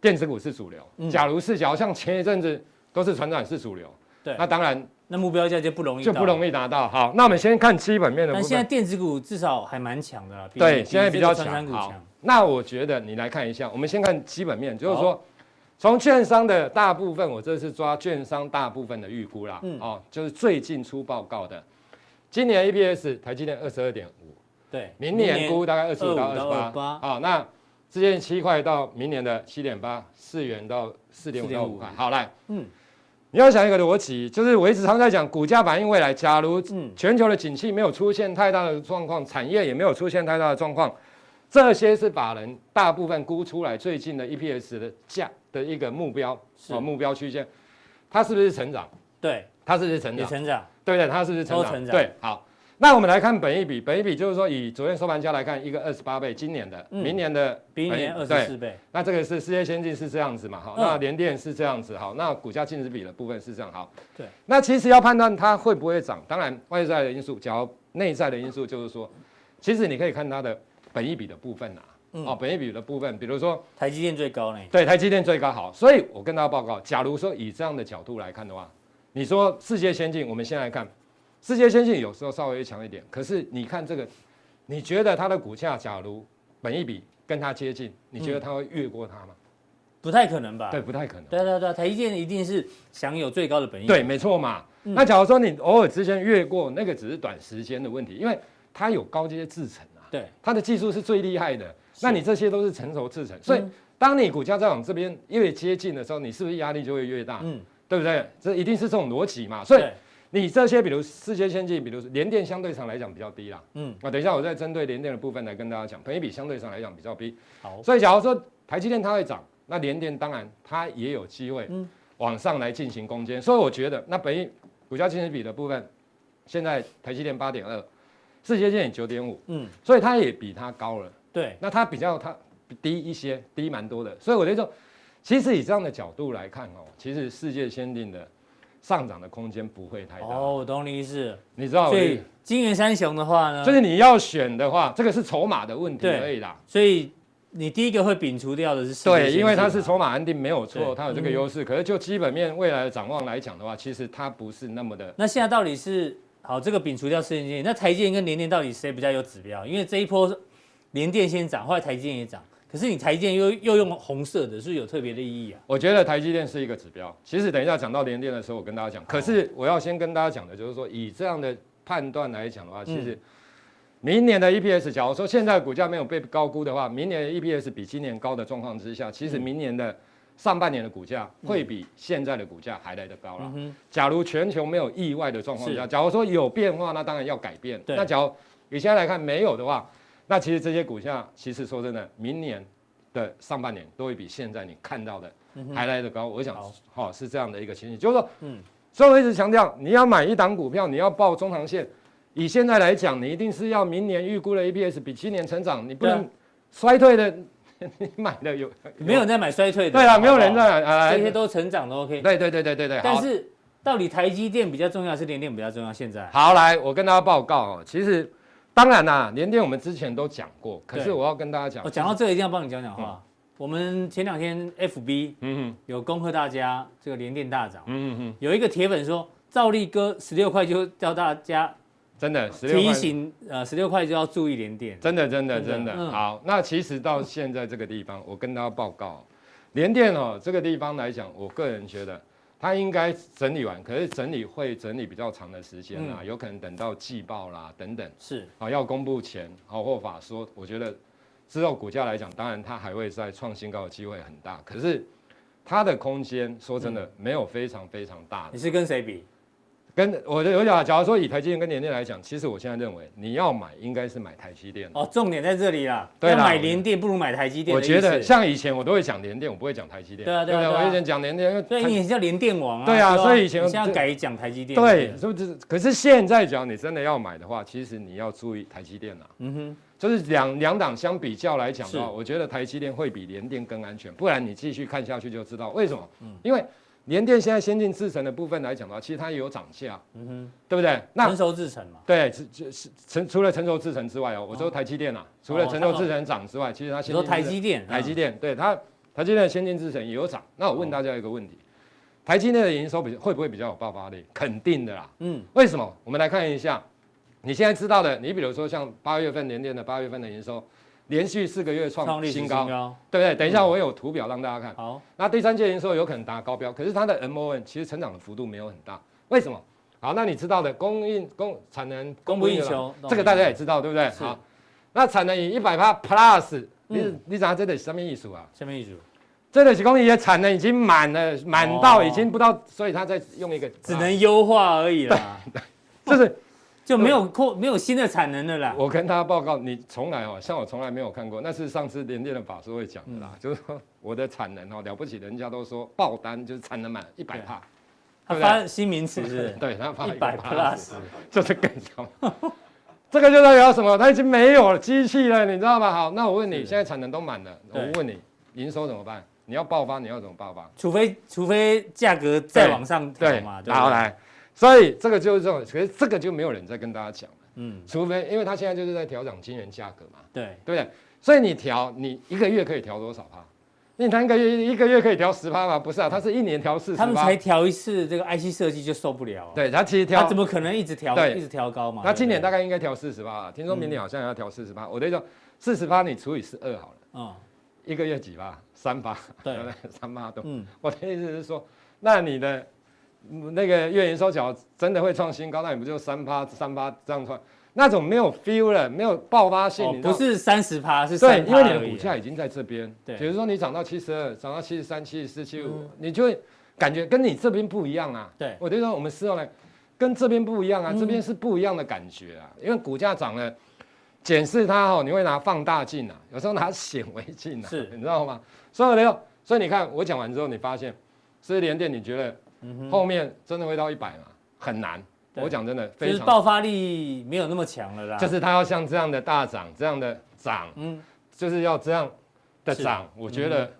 [SPEAKER 3] 电子股是主流？
[SPEAKER 1] 嗯
[SPEAKER 3] 假如是，假如像前一阵子都是船长是主流，
[SPEAKER 1] 对
[SPEAKER 3] 那当然
[SPEAKER 1] 那目标价就不容易，
[SPEAKER 3] 就不容
[SPEAKER 1] 易。
[SPEAKER 3] 易拿到。好，那我们先看基本面的
[SPEAKER 1] 但
[SPEAKER 3] 部
[SPEAKER 1] 现在
[SPEAKER 3] 分。
[SPEAKER 1] 电子股至少还蛮强的啦，比
[SPEAKER 3] 对，现在比较
[SPEAKER 1] 这个传
[SPEAKER 3] 强。
[SPEAKER 1] 产股
[SPEAKER 3] 好
[SPEAKER 1] 强。，
[SPEAKER 3] 那我觉得你来看一下，我们先看基本面，就是说。从券商的大部分，我这次抓券商大部分的预估啦，
[SPEAKER 1] 嗯
[SPEAKER 3] 哦，就是最近出报告的，今年 EPS 台积电二十二点五，
[SPEAKER 1] 对，
[SPEAKER 3] 明年估大概二十五到
[SPEAKER 1] 25
[SPEAKER 3] 二十
[SPEAKER 1] 到
[SPEAKER 3] 八，
[SPEAKER 1] 28
[SPEAKER 3] 啊，那之前七块到明年的七点八，四元到四点五到
[SPEAKER 1] 4.5
[SPEAKER 3] 五块，好来，
[SPEAKER 1] 嗯
[SPEAKER 3] 嗯，你要想一个逻辑，就是我一直常在讲，股价反映未来，假如
[SPEAKER 1] 嗯
[SPEAKER 3] 全球的景气没有出现太大的状况，产业也没有出现太大的状况，这些是把人大部分估出来最近的 EPS 的价的一个目标
[SPEAKER 1] 是
[SPEAKER 3] 哦，目标区间，它是不是成长？
[SPEAKER 1] 对，
[SPEAKER 3] 它是不是成
[SPEAKER 1] 也
[SPEAKER 3] 长？
[SPEAKER 1] 成长，
[SPEAKER 3] 对不对？它是不是成
[SPEAKER 1] 都
[SPEAKER 3] 长？
[SPEAKER 1] 成长
[SPEAKER 3] 对，好。那我们来看本益比，本益比就是说以昨天收盘价来看，一个二十八倍，今年的，
[SPEAKER 1] 嗯
[SPEAKER 3] 明年的
[SPEAKER 1] 比一
[SPEAKER 3] 本益
[SPEAKER 1] 年二十
[SPEAKER 3] 哎对
[SPEAKER 1] 四倍，
[SPEAKER 3] 那这个是世界先进是这样子嘛？好，
[SPEAKER 1] 嗯
[SPEAKER 3] 那联电是这样子，好，那股价净值比的部分是这样，好。
[SPEAKER 1] 对。
[SPEAKER 3] 那其实要判断它会不会涨，当然外在的因素，假如内在的因素就是说，其实你可以看它的本益比的部分啊，
[SPEAKER 1] 嗯
[SPEAKER 3] 哦，本益比的部分，比如说
[SPEAKER 1] 台积电最高呢，
[SPEAKER 3] 对台积电最高好，所以我跟大家报告，假如说以这样的角度来看的话，你说世界先进，我们先来看世界先进有时候稍微强一点，可是你看这个，你觉得它的股价假如本一比跟它接近，你
[SPEAKER 1] 嗯
[SPEAKER 3] 觉得它会越过它吗？
[SPEAKER 1] 不太可能吧？
[SPEAKER 3] 对，不太可能。
[SPEAKER 1] 对对对，台积电一定是享有最高的本益。
[SPEAKER 3] 对，，没错嘛。
[SPEAKER 1] 嗯
[SPEAKER 3] 那假如说你偶尔之间越过，那个只是短时间的问题，因为它有高阶制程啊，
[SPEAKER 1] 对，
[SPEAKER 3] 它的技术是最厉害的。那你这些都是成熟制程，所以
[SPEAKER 1] 嗯
[SPEAKER 3] 当你股价再往这边越接近的时候，你是不是压力就会越大？
[SPEAKER 1] 嗯，
[SPEAKER 3] 对不对？这一定是这种逻辑嘛。啊所以
[SPEAKER 1] 对
[SPEAKER 3] 你这些，比如世界先进，比如联电，相对上来讲比较低啦。
[SPEAKER 1] 嗯，
[SPEAKER 3] 啊，等一下我再针对联电的部分来跟大家讲，本益比相对上来讲比较低。
[SPEAKER 1] 好，
[SPEAKER 3] 所以假如说台积电它会涨，那联电当然它也有机会
[SPEAKER 1] 嗯
[SPEAKER 3] 往上来进行攻坚。所以我觉得那本益股价净值比的部分，现在台积电八点二，世界电九点五，
[SPEAKER 1] 嗯，
[SPEAKER 3] 所以它也比它高了。
[SPEAKER 1] 对，
[SPEAKER 3] 那它比较它低一些，低蛮多的。所以我就说，其实以这样的角度来看哦，其实世界先进的上涨的空间不会太大。
[SPEAKER 1] 哦，我懂你意思。
[SPEAKER 3] 你知道我
[SPEAKER 1] 所
[SPEAKER 3] 的
[SPEAKER 1] 以
[SPEAKER 3] 意
[SPEAKER 1] 金元三雄的话呢，
[SPEAKER 3] 思，就是你要选的话，这个是筹码的问题
[SPEAKER 1] 对
[SPEAKER 3] 而已啦。
[SPEAKER 1] 所以你第一个会摒除掉的是世界先
[SPEAKER 3] 对，
[SPEAKER 1] 进
[SPEAKER 3] 因为它是
[SPEAKER 1] 嘛
[SPEAKER 3] 筹码安定，没有
[SPEAKER 1] 对嗯
[SPEAKER 3] 错，它有这个优势。可是就基本面未来的展望来讲的话，其实它不是那么的。
[SPEAKER 1] 那现在到底是好这个摒除掉世界先进，那台积电跟联电到底谁比较有指标？因为这一波是联电先涨，后来台积电也涨，可是你台积电又又用红色的，是不是有特别的意义啊？
[SPEAKER 3] 我觉得台积电是一个指标。其实等一下讲到联电的时候，我跟大家讲。可是我要先跟大家讲的就是说，以这样的判断来讲
[SPEAKER 1] 嗯
[SPEAKER 3] 的话，其实明年的 EPS，假如说现在股价没有被高估的话，明年的 EPS 比今年高的状况之
[SPEAKER 1] 嗯
[SPEAKER 3] 下，其实明年的上半年的股价会比现在的股价还来得高了。
[SPEAKER 1] 嗯哼，
[SPEAKER 3] 假如全球没有意外的状况下，
[SPEAKER 1] 是
[SPEAKER 3] 假如说有变化，那当然要改变。
[SPEAKER 1] 对
[SPEAKER 3] 那假如你现在来看没有的话，那其实这些股价，其实说真的，明年的上半年都会比现在你看到的还来得高。我想
[SPEAKER 1] 嗯好，
[SPEAKER 3] 好、是这样的一个情形，就是说，
[SPEAKER 1] 嗯
[SPEAKER 3] 嗯，所以我一直强调，你要买一档股票，你要报中长线。以现在来讲，你一定是要明年预估的 EPS 比今年成长，你不
[SPEAKER 1] 对啊
[SPEAKER 3] 能衰退的， 你买的哎有
[SPEAKER 1] 没有人在买衰退的，
[SPEAKER 3] 对了，没有人
[SPEAKER 1] 在，
[SPEAKER 3] 在啊，
[SPEAKER 1] 这些都成长的 OK。
[SPEAKER 3] 对对对对对对，
[SPEAKER 1] 但
[SPEAKER 3] 好
[SPEAKER 1] 是到底台积电比较重要，还是联电比较重要？现在
[SPEAKER 3] 好，来，我跟大家报告哦，其实当然啦、联电我们之前都讲过，可是
[SPEAKER 1] 对哦
[SPEAKER 3] 我要跟大家讲，
[SPEAKER 1] 我讲到这个一定要帮你讲讲话。我们前两天 FB
[SPEAKER 3] 嗯
[SPEAKER 1] 有恭贺大家这个联电大涨
[SPEAKER 3] 嗯，嗯嗯，
[SPEAKER 1] 有一个铁粉说赵力哥十六块就叫大家
[SPEAKER 3] 真的十六
[SPEAKER 1] 提醒，呃，十六块就要注意联电。
[SPEAKER 3] 真的真的
[SPEAKER 1] 真的
[SPEAKER 3] 真的、
[SPEAKER 1] 嗯
[SPEAKER 3] 好。那其实到现在这个地方，我跟大家报告哦，联电哦这个地方来讲，我个人觉得它应该整理完，可是整理会整理比较长的时间啦、啊
[SPEAKER 1] 嗯
[SPEAKER 3] 有可能等到季报啦等等。
[SPEAKER 1] 是，
[SPEAKER 3] 好，要公布前，好或法说，我觉得之后股价来讲，当然它还会再创新高的机会很大，可
[SPEAKER 1] 嗯
[SPEAKER 3] 是它的空间说真的没有非常非常大的
[SPEAKER 1] 你。是跟谁比？
[SPEAKER 3] 跟我就有讲，假如说以台积电跟联电来讲，其实我现在认为你要买应该是买台积电。
[SPEAKER 1] 哦，重点在这里啦，
[SPEAKER 3] 对
[SPEAKER 1] 要
[SPEAKER 3] 啦
[SPEAKER 1] 买联电不如买台积电
[SPEAKER 3] 我
[SPEAKER 1] 的意思。
[SPEAKER 3] 觉得像以前我都会讲联电，我不会讲台积电。
[SPEAKER 1] 对啊对
[SPEAKER 3] 对
[SPEAKER 1] 啊
[SPEAKER 3] 不
[SPEAKER 1] 对啊
[SPEAKER 3] 我以前讲联电，因为
[SPEAKER 1] 对，
[SPEAKER 3] 台
[SPEAKER 1] 你叫联电王啊。
[SPEAKER 3] 对啊
[SPEAKER 1] 吧
[SPEAKER 3] 所以以前
[SPEAKER 1] 你现在改讲台积电。
[SPEAKER 3] 对，是不是？可是现在讲你真的要买的话，其实你要注意台积电啦、啊
[SPEAKER 1] 嗯哼，
[SPEAKER 3] 就是两两档相比较来讲的话，
[SPEAKER 1] 是
[SPEAKER 3] 我觉得台积电会比联电更安全。不然你继续看下去就知道为什么。
[SPEAKER 1] 嗯
[SPEAKER 3] 因为联电现在先进制程的部分来讲的话，其实它也有涨价，
[SPEAKER 1] 嗯哼，
[SPEAKER 3] 对不对？那
[SPEAKER 1] 成熟制程嘛。
[SPEAKER 3] 对，是是是成除了成熟制程之外哦，我说台积电啊，除
[SPEAKER 1] 哦
[SPEAKER 3] 了成熟制程涨之外，其实它
[SPEAKER 1] 你
[SPEAKER 3] 先
[SPEAKER 1] 说
[SPEAKER 3] 进制
[SPEAKER 1] 台
[SPEAKER 3] 程
[SPEAKER 1] 积电，啊
[SPEAKER 3] 台积
[SPEAKER 1] 电
[SPEAKER 3] 电，对它台积电的先进制程也有涨。那我
[SPEAKER 1] 哦
[SPEAKER 3] 问大家一个问题，台积电的营收比会不会比较有爆发力？肯定的啦。
[SPEAKER 1] 嗯，
[SPEAKER 3] 为什么？我们来看一下，你现在知道的，你比如说像八月份联电的八月份的营收，连续四个月
[SPEAKER 1] 创
[SPEAKER 3] 创
[SPEAKER 1] 历史
[SPEAKER 3] 新
[SPEAKER 1] 新
[SPEAKER 3] 高，
[SPEAKER 1] 高。嗯
[SPEAKER 3] 对不对？等一下我有图表让大家看。
[SPEAKER 1] 好，
[SPEAKER 3] 那第三届营收有可能达高标，可是它的 M O N 其实成长的幅度没有很大，为什么？好，那你知道的，供应供产能
[SPEAKER 1] 供不应
[SPEAKER 3] 了
[SPEAKER 1] 求，
[SPEAKER 3] 这个大家也知道，对不对？
[SPEAKER 1] 是
[SPEAKER 3] 好，那产能以一百帕 plus，你、
[SPEAKER 1] 嗯
[SPEAKER 3] 你讲这得什么意思啊？
[SPEAKER 1] 下面一组
[SPEAKER 3] 这个是供应的产能已经满了，满到
[SPEAKER 1] 哦
[SPEAKER 3] 已经不到，所以它在用一个啊
[SPEAKER 1] 只能优化而已啦，
[SPEAKER 3] 就是
[SPEAKER 1] 就没有扩没有新的产能了啦。
[SPEAKER 3] 我跟他报告，你从来哦，像我从来没有看过，那是上次联电的法师会讲的啦，
[SPEAKER 1] 嗯
[SPEAKER 3] 就是说我的产能哦了不起，人家都说爆单就是产能满一百帕，
[SPEAKER 1] 他
[SPEAKER 3] 对不对
[SPEAKER 1] 发新名词是不是
[SPEAKER 3] 对，他发
[SPEAKER 1] 一百 plus，
[SPEAKER 3] 就是更高。 这个就代表什么？它已经没有机器了，你知道吗？好，那我问你，
[SPEAKER 1] 是
[SPEAKER 3] 现在产能都满了，我
[SPEAKER 1] 对
[SPEAKER 3] 问你，营收怎么办？你要爆发，你要怎么爆发？
[SPEAKER 1] 除非除非价格再往上调
[SPEAKER 3] 对
[SPEAKER 1] 嘛，，对不对
[SPEAKER 3] 然后，来，所以这个就是这种，可是这个就没有人在跟大家讲了，
[SPEAKER 1] 嗯，
[SPEAKER 3] 除非因为它现在就是在调整晶圆价格嘛，
[SPEAKER 1] 对，
[SPEAKER 3] 对不对？所以你调，你一个月可以调多少趴？你谈一个月一个月可以调十趴吗？不是啊，它是一年调四十
[SPEAKER 1] 他们才
[SPEAKER 3] 趴。
[SPEAKER 1] 调一次这个 IC 设计就受不了啊，
[SPEAKER 3] 对，它其实
[SPEAKER 1] 他
[SPEAKER 3] 调
[SPEAKER 1] 怎么可能一直调
[SPEAKER 3] 对
[SPEAKER 1] 一直调高嘛？
[SPEAKER 3] 那今年
[SPEAKER 1] 对嗯
[SPEAKER 3] 大
[SPEAKER 1] 不对
[SPEAKER 3] 概应该调四十八，听说明年好像要调四十八。我的意思说，四十八你除以十二好了，
[SPEAKER 1] 嗯，
[SPEAKER 3] 一个月几八？三八，
[SPEAKER 1] 对
[SPEAKER 3] 不对？ 三八多。
[SPEAKER 1] 嗯，
[SPEAKER 3] 我的意思是说，那你的嗯那个月营收角真的会创新高，那你不就三八三八这样创？那种没有 feel 了，没有爆发性，
[SPEAKER 1] 哦
[SPEAKER 3] 你，知道
[SPEAKER 1] 不是三十趴，是
[SPEAKER 3] 对，
[SPEAKER 1] 3%
[SPEAKER 3] 因为你
[SPEAKER 1] 而
[SPEAKER 3] 的
[SPEAKER 1] 已啊
[SPEAKER 3] 股价已经在这边，
[SPEAKER 1] 对嗯
[SPEAKER 3] 比如说你涨到七十二，涨到七十三、七十四、七十五，你就会感觉跟你这边不一样啊。
[SPEAKER 1] 对
[SPEAKER 3] 我就说我们事后来跟这边不一样啊，
[SPEAKER 1] 哎嗯
[SPEAKER 3] 这边是不一样的感觉啊，因为股价涨了，检视它哦，你会拿放大镜啊， 有时候拿显微镜啊，
[SPEAKER 1] 是
[SPEAKER 3] 你知道吗？所以呢，所以你看我讲完之后，你发现是连电，你觉得后面真的会到一百吗？很难。
[SPEAKER 1] 嗯对
[SPEAKER 3] 我讲真的，
[SPEAKER 1] 就
[SPEAKER 3] 非
[SPEAKER 1] 是
[SPEAKER 3] 常
[SPEAKER 1] 爆发力没有那么强了啦，
[SPEAKER 3] 就是它要像这样的大涨，这样的涨，
[SPEAKER 1] 嗯
[SPEAKER 3] 就是要这样的
[SPEAKER 1] 是嗯
[SPEAKER 3] 涨，我觉得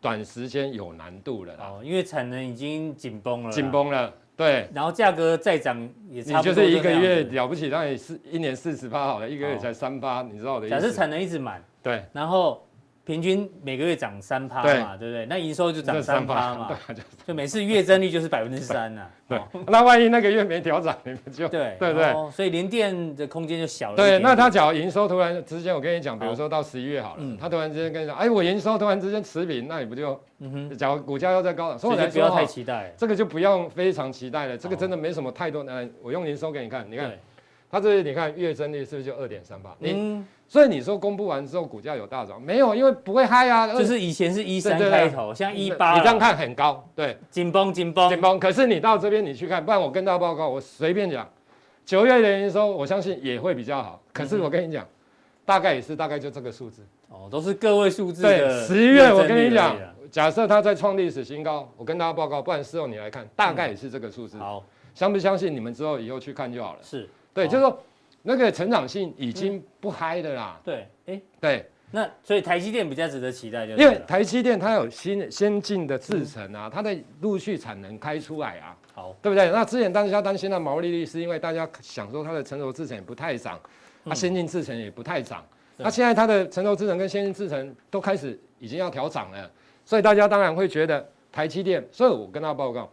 [SPEAKER 3] 短时间有难度了啦，
[SPEAKER 1] 哦，啊因为产能已经紧绷了，
[SPEAKER 3] 啊紧，绷了，对。
[SPEAKER 1] 然后价格再涨也
[SPEAKER 3] 你
[SPEAKER 1] 差不
[SPEAKER 3] 就
[SPEAKER 1] 多
[SPEAKER 3] 是一
[SPEAKER 1] 这
[SPEAKER 3] 个
[SPEAKER 1] 样
[SPEAKER 3] 月
[SPEAKER 1] 子，
[SPEAKER 3] 了不起，让你四一年四十八好了，一个月
[SPEAKER 1] 哦
[SPEAKER 3] 才三八，你知道我的意思？
[SPEAKER 1] 假设产能一直满，
[SPEAKER 3] 对，
[SPEAKER 1] 然后平均每个月涨三趴嘛，对不对？那营收就涨
[SPEAKER 3] 这
[SPEAKER 1] 三趴
[SPEAKER 3] 3%
[SPEAKER 1] 嘛，哦
[SPEAKER 3] 对就
[SPEAKER 1] 就每次月增率就是百分之三呐。
[SPEAKER 3] 对
[SPEAKER 1] 哦。
[SPEAKER 3] 那万一那个月没调涨，你们就
[SPEAKER 1] 对哦
[SPEAKER 3] 对不
[SPEAKER 1] 然
[SPEAKER 3] 对？
[SPEAKER 1] 后所以联电的空间就小了一点
[SPEAKER 3] 对，
[SPEAKER 1] 点。
[SPEAKER 3] 那它假如营收突然之间，我跟你讲，比如
[SPEAKER 1] 好
[SPEAKER 3] 说到十一月好了
[SPEAKER 1] 嗯，
[SPEAKER 3] 它突然之间跟你讲，哎，我营收突然之间持平，那你不就
[SPEAKER 1] 嗯哼，
[SPEAKER 3] 假如股价又在高涨，所以
[SPEAKER 1] 所
[SPEAKER 3] 我
[SPEAKER 1] 以
[SPEAKER 3] 才
[SPEAKER 1] 就不
[SPEAKER 3] 说啊
[SPEAKER 1] 要太
[SPEAKER 3] 哈，
[SPEAKER 1] 期待。
[SPEAKER 3] 这个就不用非常期待了，这个
[SPEAKER 1] 哦
[SPEAKER 3] 真的没什么太多。呃，我用营收给你看，你看
[SPEAKER 1] 对，
[SPEAKER 3] 它这里你看月增率是不是就二点三八？你、
[SPEAKER 1] 嗯，
[SPEAKER 3] 所以你说公布完之后股价有大涨没有？因为不会嗨啊，
[SPEAKER 1] 就
[SPEAKER 3] 20
[SPEAKER 1] 是以前是一三
[SPEAKER 3] 对对
[SPEAKER 1] 开头，像一八，啊哦
[SPEAKER 3] 你这样看很高，对，
[SPEAKER 1] 紧绷紧绷
[SPEAKER 3] 紧，绷。可是你到这边你去看，不然我跟大家报告，我随便讲，九月的营收我相信也会比较好。
[SPEAKER 1] 嗯
[SPEAKER 3] 可是我跟你讲，大概也是大概就这个数字。
[SPEAKER 1] 哦，都是个位数字
[SPEAKER 3] 对，
[SPEAKER 1] 的
[SPEAKER 3] 十月我
[SPEAKER 1] 月增率
[SPEAKER 3] 跟你讲
[SPEAKER 1] 而已啦，
[SPEAKER 3] 假设它再创历史新高，我跟大家报告，不然事后你来看，大概也是这个数字。
[SPEAKER 1] 嗯好
[SPEAKER 3] 相不相信你们之后以后去看就好了。
[SPEAKER 1] 是，
[SPEAKER 3] 对，
[SPEAKER 1] 好
[SPEAKER 3] 就是说那个成长性已经不嗨的啦。
[SPEAKER 1] 对，哎，
[SPEAKER 3] 对，
[SPEAKER 1] 那所以台积电比较值得期待，就
[SPEAKER 3] 因
[SPEAKER 1] 对
[SPEAKER 3] 为
[SPEAKER 1] 了
[SPEAKER 3] 台积电它有新先进的制程啊，它在陆续产能开出来啊，
[SPEAKER 1] 好，
[SPEAKER 3] 对不对？那之前大家担心的毛利率，是因为大家想说它的成熟制程也不太涨，它、
[SPEAKER 1] 嗯
[SPEAKER 3] 先进制程也不太涨。
[SPEAKER 1] 对
[SPEAKER 3] 那现在它的成熟制程跟先进制程都开始已经要调涨了，所以大家当然会觉得台积电。所以我跟大家报告，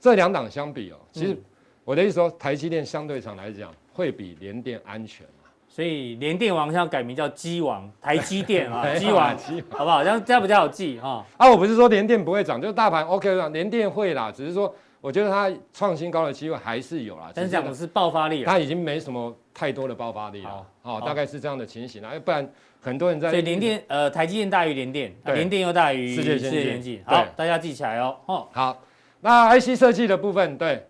[SPEAKER 3] 这两档相比哦，其实
[SPEAKER 1] 嗯
[SPEAKER 3] 我的意思说，台积电相对上来讲会比联电安全啊。
[SPEAKER 1] 所以联电王现在要改名叫机王，台积电 啊，
[SPEAKER 3] 没有
[SPEAKER 1] 机王
[SPEAKER 3] 啊，机王
[SPEAKER 1] 好不好？这样这样比较好记哈。
[SPEAKER 3] 啊，我不是说联电不会涨，就是大盘 OK 了，联电会啦，只是说我觉得它创新高的机会还是有啦，
[SPEAKER 1] 但是
[SPEAKER 3] 只
[SPEAKER 1] 讲的是爆发力啊，
[SPEAKER 3] 它已经没什么太多的爆发力了，
[SPEAKER 1] 好
[SPEAKER 3] 哦，
[SPEAKER 1] 好
[SPEAKER 3] 大概是这样的情形啦，要啊哎不然很多人在
[SPEAKER 1] 所以联电呃台积电大于联电，啊
[SPEAKER 3] 对
[SPEAKER 1] 联电又大于
[SPEAKER 3] 世界先进
[SPEAKER 1] 先进。好
[SPEAKER 3] 对，
[SPEAKER 1] 大家记起来哦。哦，
[SPEAKER 3] 好，那 IC 设计的部分，对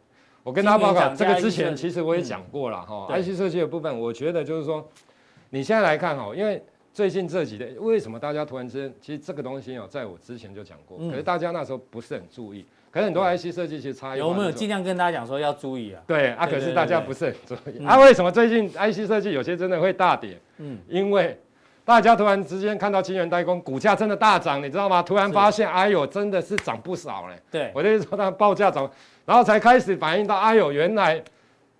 [SPEAKER 3] 我跟大家报告，这
[SPEAKER 1] 今
[SPEAKER 3] 个
[SPEAKER 1] 年涨价
[SPEAKER 3] 之前
[SPEAKER 1] 预测
[SPEAKER 3] 其实我也讲过了
[SPEAKER 1] 嗯
[SPEAKER 3] 哈、
[SPEAKER 1] 对
[SPEAKER 3] IC 设计的部分，我觉得就是说，你现在来看哈、哦因为最近这几天，为什么大家突然之间，其实这个东西哦、在我之前就讲过，
[SPEAKER 1] 嗯
[SPEAKER 3] 可是大家那时候不是很注意，可是很多 IC 设计其实差异
[SPEAKER 1] 有
[SPEAKER 3] 化
[SPEAKER 1] 没有
[SPEAKER 3] 很重
[SPEAKER 1] 尽量跟大家讲说要注意啊？
[SPEAKER 3] 对啊，
[SPEAKER 1] 对
[SPEAKER 3] 可
[SPEAKER 1] 对
[SPEAKER 3] 是
[SPEAKER 1] 对
[SPEAKER 3] 大家
[SPEAKER 1] 对
[SPEAKER 3] 不是很注意
[SPEAKER 1] 嗯
[SPEAKER 3] 啊。为什么最近 IC 设计有些真的会大跌？
[SPEAKER 1] 嗯，
[SPEAKER 3] 因为大家突然之间看到晶圆代工股价真的大涨，你知道吗？突然
[SPEAKER 1] 是
[SPEAKER 3] 发现，哎呦，真的是涨不少嘞。
[SPEAKER 1] 对，
[SPEAKER 3] 我的意思说，它报价涨，然后才开始反映到，哎呦，原来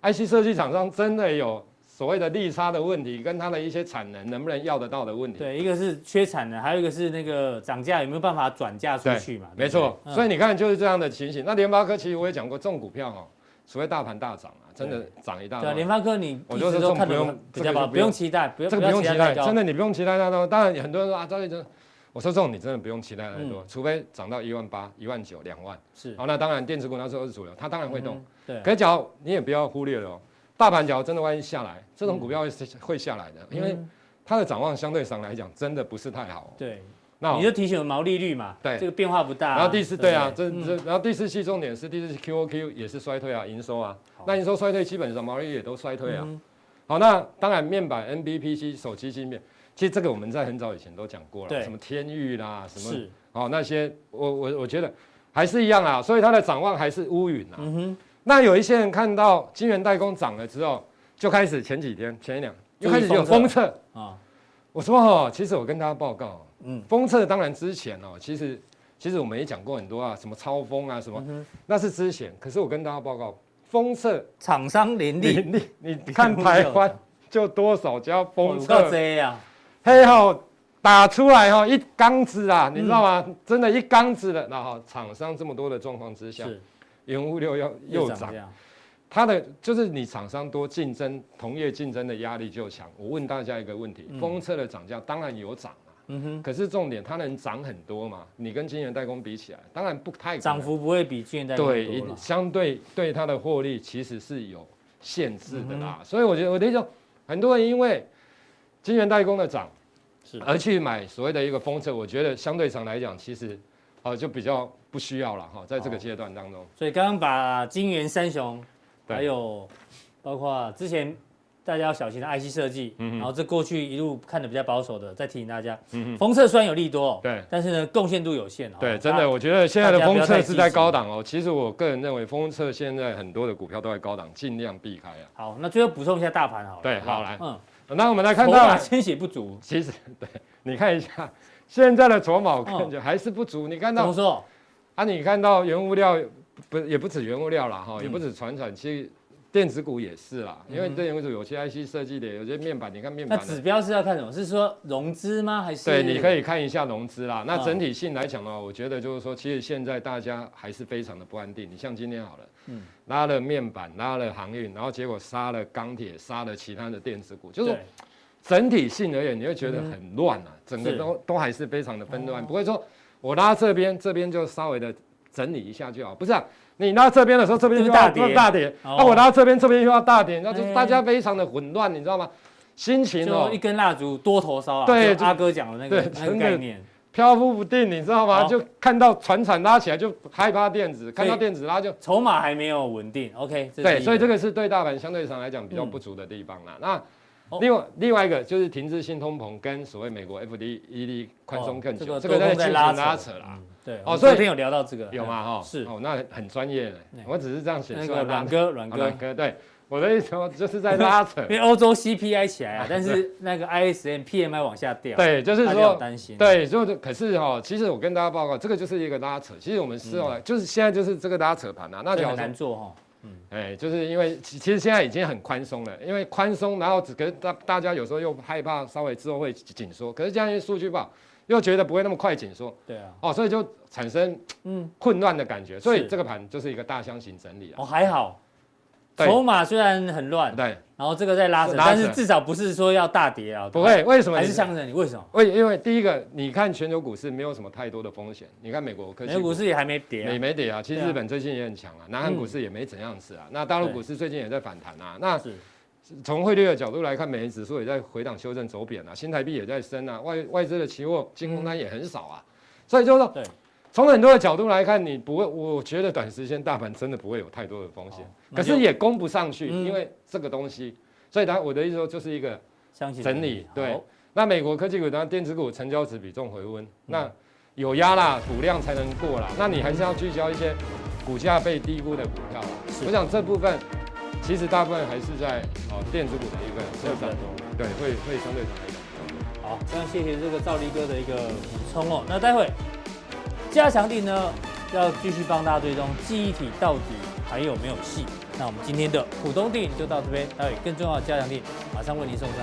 [SPEAKER 3] IC 设计厂商真的有所谓的利差的问题，跟它的一些产能能不能要得到的问题。
[SPEAKER 1] 对，一个是缺产能，还有一个是那个涨价有没有办法转嫁出
[SPEAKER 3] 对
[SPEAKER 1] 去嘛？
[SPEAKER 3] 没错，所
[SPEAKER 1] 以
[SPEAKER 3] 以你看就是这样的情形。那联发科其实我也讲过，这种股票哦，除非大盘大涨啊，真的涨一大
[SPEAKER 1] 对啊，
[SPEAKER 3] 段。
[SPEAKER 1] 联发科你
[SPEAKER 3] 我
[SPEAKER 1] 一
[SPEAKER 3] 就
[SPEAKER 1] 直
[SPEAKER 3] 是
[SPEAKER 1] 都
[SPEAKER 3] 这种
[SPEAKER 1] 看
[SPEAKER 3] 不
[SPEAKER 1] 的
[SPEAKER 3] 用
[SPEAKER 1] 比
[SPEAKER 3] 这个
[SPEAKER 1] 较
[SPEAKER 3] 就
[SPEAKER 1] 好，
[SPEAKER 3] 不
[SPEAKER 1] 不用
[SPEAKER 3] 用
[SPEAKER 1] 期待，不用
[SPEAKER 3] 这个不用
[SPEAKER 1] 期
[SPEAKER 3] 期
[SPEAKER 1] 待
[SPEAKER 3] 待，
[SPEAKER 1] 太高
[SPEAKER 3] 真的你不用期待太多。当然，很多人说啊，张立真，我说这种你真的不用期待太多，
[SPEAKER 1] 嗯
[SPEAKER 3] 除非涨到一万八、一万九、两万。
[SPEAKER 1] 是
[SPEAKER 3] 好，那当然电子股那时候是主流，它当然会动。
[SPEAKER 1] 嗯对
[SPEAKER 3] 可，是假如你也不要忽略了、哦，大盘假如真的万一下来，这种
[SPEAKER 1] 嗯
[SPEAKER 3] 股票会下会下来的，因为
[SPEAKER 1] 嗯
[SPEAKER 3] 它的展望相对上来讲真的不是太好。
[SPEAKER 1] 对，
[SPEAKER 3] 那我
[SPEAKER 1] 你就提醒我们毛利率嘛，
[SPEAKER 3] 对
[SPEAKER 1] 这个变化不大啊。
[SPEAKER 3] 然后第四，
[SPEAKER 1] 不
[SPEAKER 3] 对啊，这
[SPEAKER 1] 嗯
[SPEAKER 3] 这，然后第四期重点是第四期 QOQ 也是衰退啊，营收啊
[SPEAKER 1] 好，
[SPEAKER 3] 那营收衰退基本上毛利率也都衰退啊。
[SPEAKER 1] 嗯
[SPEAKER 3] 好，那当然面板 NBPC 手机芯片，其实这个我们在很早以前都讲过
[SPEAKER 1] 对
[SPEAKER 3] 了，什么天域啦，什么
[SPEAKER 1] 是，
[SPEAKER 3] 哦那些，我我我觉得还是一样啊，所以它的展望还是乌云啊。
[SPEAKER 1] 嗯哼，
[SPEAKER 3] 那有一些人看到晶圆代工涨了之后，就开始前几天前一两
[SPEAKER 1] 注意
[SPEAKER 3] 就开始有封测。
[SPEAKER 1] 啊，
[SPEAKER 3] 我说哦，其实我跟大家报告哦，
[SPEAKER 1] 嗯
[SPEAKER 3] 封测当然之前哦，其实其实我们也讲过很多啊，什么超风啊什
[SPEAKER 1] 嗯
[SPEAKER 3] 么，那是之前。可是我跟大家报告，封测
[SPEAKER 1] 厂商林
[SPEAKER 3] 你
[SPEAKER 1] 立，哦
[SPEAKER 3] 你你看台湾就多少家封
[SPEAKER 1] 我告
[SPEAKER 3] 测，
[SPEAKER 1] 这啊，
[SPEAKER 3] 嘿吼、打出来哈、哦、一缸子啊，你知道吗？
[SPEAKER 1] 嗯
[SPEAKER 3] 真的，一缸子的，然后厂商这么多的状况之下，
[SPEAKER 1] 是
[SPEAKER 3] 原物料要又涨
[SPEAKER 1] 这，样，
[SPEAKER 3] 它的就是你厂商多竞争，同业竞争的压力就强。我问大家一个问题：
[SPEAKER 1] 嗯
[SPEAKER 3] 封测的涨价当然有涨啊，
[SPEAKER 1] 嗯哼，
[SPEAKER 3] 可是重点它能涨很多嘛？你跟晶圆代工比起来，当然不太可能啊
[SPEAKER 1] 涨幅不会比现在
[SPEAKER 3] 对，
[SPEAKER 1] 多
[SPEAKER 3] 一
[SPEAKER 1] 了
[SPEAKER 3] 相对对它的获利其实是有限制的
[SPEAKER 1] 嗯
[SPEAKER 3] 啦。所以我觉得我的意思说，很多人因为晶圆代工的涨，
[SPEAKER 1] 是
[SPEAKER 3] 而去买所谓的一个封测，我觉得相对上来讲，其实呃就比较不需要了哈，在这个
[SPEAKER 1] 好
[SPEAKER 3] 阶段当中，
[SPEAKER 1] 所以刚刚把金元三雄，
[SPEAKER 3] 对
[SPEAKER 1] 还有包括之前大家要小心的 IC 设计，
[SPEAKER 3] 嗯哼
[SPEAKER 1] 然后这过去一路看的比较保守的，再提醒大家，
[SPEAKER 3] 嗯
[SPEAKER 1] 封测虽然有利多，
[SPEAKER 3] 对，
[SPEAKER 1] 但是呢贡献度有限哦。
[SPEAKER 3] 对，真
[SPEAKER 1] 大
[SPEAKER 3] 的，
[SPEAKER 1] 家，
[SPEAKER 3] 我觉得现在的
[SPEAKER 1] 大家不
[SPEAKER 3] 封
[SPEAKER 1] 要
[SPEAKER 3] 测
[SPEAKER 1] 太
[SPEAKER 3] 是
[SPEAKER 1] 积
[SPEAKER 3] 在
[SPEAKER 1] 极
[SPEAKER 3] 高档哦。其实我个人认为，封测现在很多的股票都在高档，尽量避开啊。
[SPEAKER 1] 好，那最后补充一下大盘好了。
[SPEAKER 3] 对
[SPEAKER 1] 不
[SPEAKER 3] 好来
[SPEAKER 1] 嗯，
[SPEAKER 3] 那我们来看
[SPEAKER 1] 看
[SPEAKER 3] 到
[SPEAKER 1] 到，鲜血不足，
[SPEAKER 3] 其实对，你看一下现在的筹码，我
[SPEAKER 1] 哦
[SPEAKER 3] 感觉还是不足。你看
[SPEAKER 1] 怎么
[SPEAKER 3] 到
[SPEAKER 1] 说？
[SPEAKER 3] 啊，你看到原物料不也不止原物料啦，哈，也
[SPEAKER 1] 嗯
[SPEAKER 3] 不止传产，其实电子股也是啦，因为
[SPEAKER 1] 嗯哼
[SPEAKER 3] 电子股有些 IC 设计的，有些面板，你看面
[SPEAKER 1] 那
[SPEAKER 3] 板的
[SPEAKER 1] 指标是要看什么？是说融资吗？还是
[SPEAKER 3] 对，你可
[SPEAKER 1] 以
[SPEAKER 3] 以看一下融资啦。那
[SPEAKER 1] 嗯
[SPEAKER 3] 整体性来讲呢，我觉得就是说，其实现在大家还是非常的不安定。你像今天好了，
[SPEAKER 1] 嗯
[SPEAKER 3] 拉了面板，拉了航运，然后结果杀了钢铁，杀了其他的电子股，就是说整体性而言，你会觉得很乱啊，整个
[SPEAKER 1] 嗯是哦
[SPEAKER 3] 都都还是非常的纷乱，不会说我拉这边，这边就稍微的整理一下就好，不是啊。你拉这边的时候，这边
[SPEAKER 1] 就
[SPEAKER 3] 就是
[SPEAKER 1] 大
[SPEAKER 3] 要
[SPEAKER 1] 跌
[SPEAKER 3] 大跌；那、
[SPEAKER 1] 哦
[SPEAKER 3] 啊我拉这边，这边又要大跌，那就是
[SPEAKER 1] 哎
[SPEAKER 3] 大家非常的混乱，你知道吗？心情哦
[SPEAKER 1] 就，一根蜡烛多头烧啊，
[SPEAKER 3] 对
[SPEAKER 1] 就阿哥讲的那个
[SPEAKER 3] 对
[SPEAKER 1] 那个
[SPEAKER 3] 真的
[SPEAKER 1] 概念，
[SPEAKER 3] 漂浮不定，你知道吗？
[SPEAKER 1] 好
[SPEAKER 3] 就看到船产拉起来就害怕电子，看到电子拉就
[SPEAKER 1] 筹码还没有稳定。OK，这是第
[SPEAKER 3] 对，
[SPEAKER 1] 一
[SPEAKER 3] 所以
[SPEAKER 1] 个嗯
[SPEAKER 3] 这个是对大盘相对上来讲比较不足的地方啦。
[SPEAKER 1] 哦
[SPEAKER 3] 那另外另外一个就是停滞性通膨跟所谓美国 FED 宽松更久，
[SPEAKER 1] 哦这
[SPEAKER 3] 这个
[SPEAKER 1] 个
[SPEAKER 3] 在
[SPEAKER 1] 在
[SPEAKER 3] 进行
[SPEAKER 1] 拉
[SPEAKER 3] 拉扯啦，
[SPEAKER 1] 嗯对，
[SPEAKER 3] 哦
[SPEAKER 1] 哦，
[SPEAKER 3] 所以
[SPEAKER 1] 昨天有聊到这个，
[SPEAKER 3] 有嘛哈？
[SPEAKER 1] 是
[SPEAKER 3] 哦，那很专业的
[SPEAKER 1] 对，
[SPEAKER 3] 我只是这样写
[SPEAKER 1] 那
[SPEAKER 3] 出来
[SPEAKER 1] 个
[SPEAKER 3] 拉
[SPEAKER 1] 阮
[SPEAKER 3] 扯。
[SPEAKER 1] 哥，阮
[SPEAKER 3] 哦
[SPEAKER 1] 哥
[SPEAKER 3] 阮，哥，对，我的意思说就是在拉扯
[SPEAKER 1] 因，为欧洲 CPI 起 来啊，但是那个 ISM PMI 往下掉，，
[SPEAKER 3] 对，就是
[SPEAKER 1] 大家有
[SPEAKER 3] 说
[SPEAKER 1] 担心，，
[SPEAKER 3] 对，就是可是哈、其实我跟大家报告，这个就是一个拉扯。其实我们事后来，就是现在就是这个拉扯盘啊。那
[SPEAKER 1] 嗯这个
[SPEAKER 3] 假如
[SPEAKER 1] 很
[SPEAKER 3] 说
[SPEAKER 1] 难做哈。
[SPEAKER 3] 哎，就是因为其其实现在已经很宽松了，因为宽松，然后只可是大大家有时候又害怕稍微之后会紧缩，可是这样一数据不好，又觉得不会那么快紧缩，
[SPEAKER 1] 对啊，
[SPEAKER 3] 哦，所以就产生
[SPEAKER 1] 嗯
[SPEAKER 3] 嗯混乱的感觉，所以
[SPEAKER 1] 是
[SPEAKER 3] 这个盘就是一个大箱型整理
[SPEAKER 1] 哦
[SPEAKER 3] 啊。
[SPEAKER 1] 还好，
[SPEAKER 3] 对
[SPEAKER 1] 筹码虽然很乱，
[SPEAKER 3] 对，
[SPEAKER 1] 然后这个在拉扯，
[SPEAKER 3] 拉扯
[SPEAKER 1] 但是至少不是说要大跌啊，
[SPEAKER 3] 不，会，为什么
[SPEAKER 1] 还
[SPEAKER 3] 你？
[SPEAKER 1] 是相着你，为什么？
[SPEAKER 3] 为因为第一个，你看全球股市没有什么太多的风险，你看美国科技
[SPEAKER 1] 美股市也还没跌
[SPEAKER 3] 美
[SPEAKER 1] 啊，
[SPEAKER 3] 没跌啊，其实
[SPEAKER 1] 对啊嗯
[SPEAKER 3] 日本最近也很强啊，南韩股市也没怎样子啊，那大陆股市最近也在反弹啊，那
[SPEAKER 1] 是
[SPEAKER 3] 从汇率的角度来看，美元指数也在回档修正走贬啊，新台币也在升啊，外外资的期货净空单也很少啊，所以就是说
[SPEAKER 1] 对，
[SPEAKER 3] 从很多的角度来看，你不会，我觉得短时间大盘真的不会有太多的风险
[SPEAKER 1] 好，那
[SPEAKER 3] 可
[SPEAKER 1] 就是
[SPEAKER 3] 也攻不上去，
[SPEAKER 1] 哦嗯
[SPEAKER 3] 因为这个东西。所以，当然我的意思说，就是一个
[SPEAKER 1] 相信
[SPEAKER 3] 整理
[SPEAKER 1] 好
[SPEAKER 3] 对，那美国科技股，当然电子股成交值比重回温，那有压啦，补量才能过啦。那你还是要聚焦一些股价被低估的股票啦
[SPEAKER 1] 是。
[SPEAKER 3] 我想这部分其实大部分还是在哦电子股的一个
[SPEAKER 1] 这
[SPEAKER 3] 成
[SPEAKER 1] 比较
[SPEAKER 3] 长，
[SPEAKER 1] 多。
[SPEAKER 3] 对，会会相对强一点。
[SPEAKER 1] 好，非常谢谢这个赵力哥的一个补充哦。那待会加强地呢，要继续帮大家追踪记忆体到底还有没有戏。那我们今天的普通电影就到这边，待会更重要的加强地马上为您送上。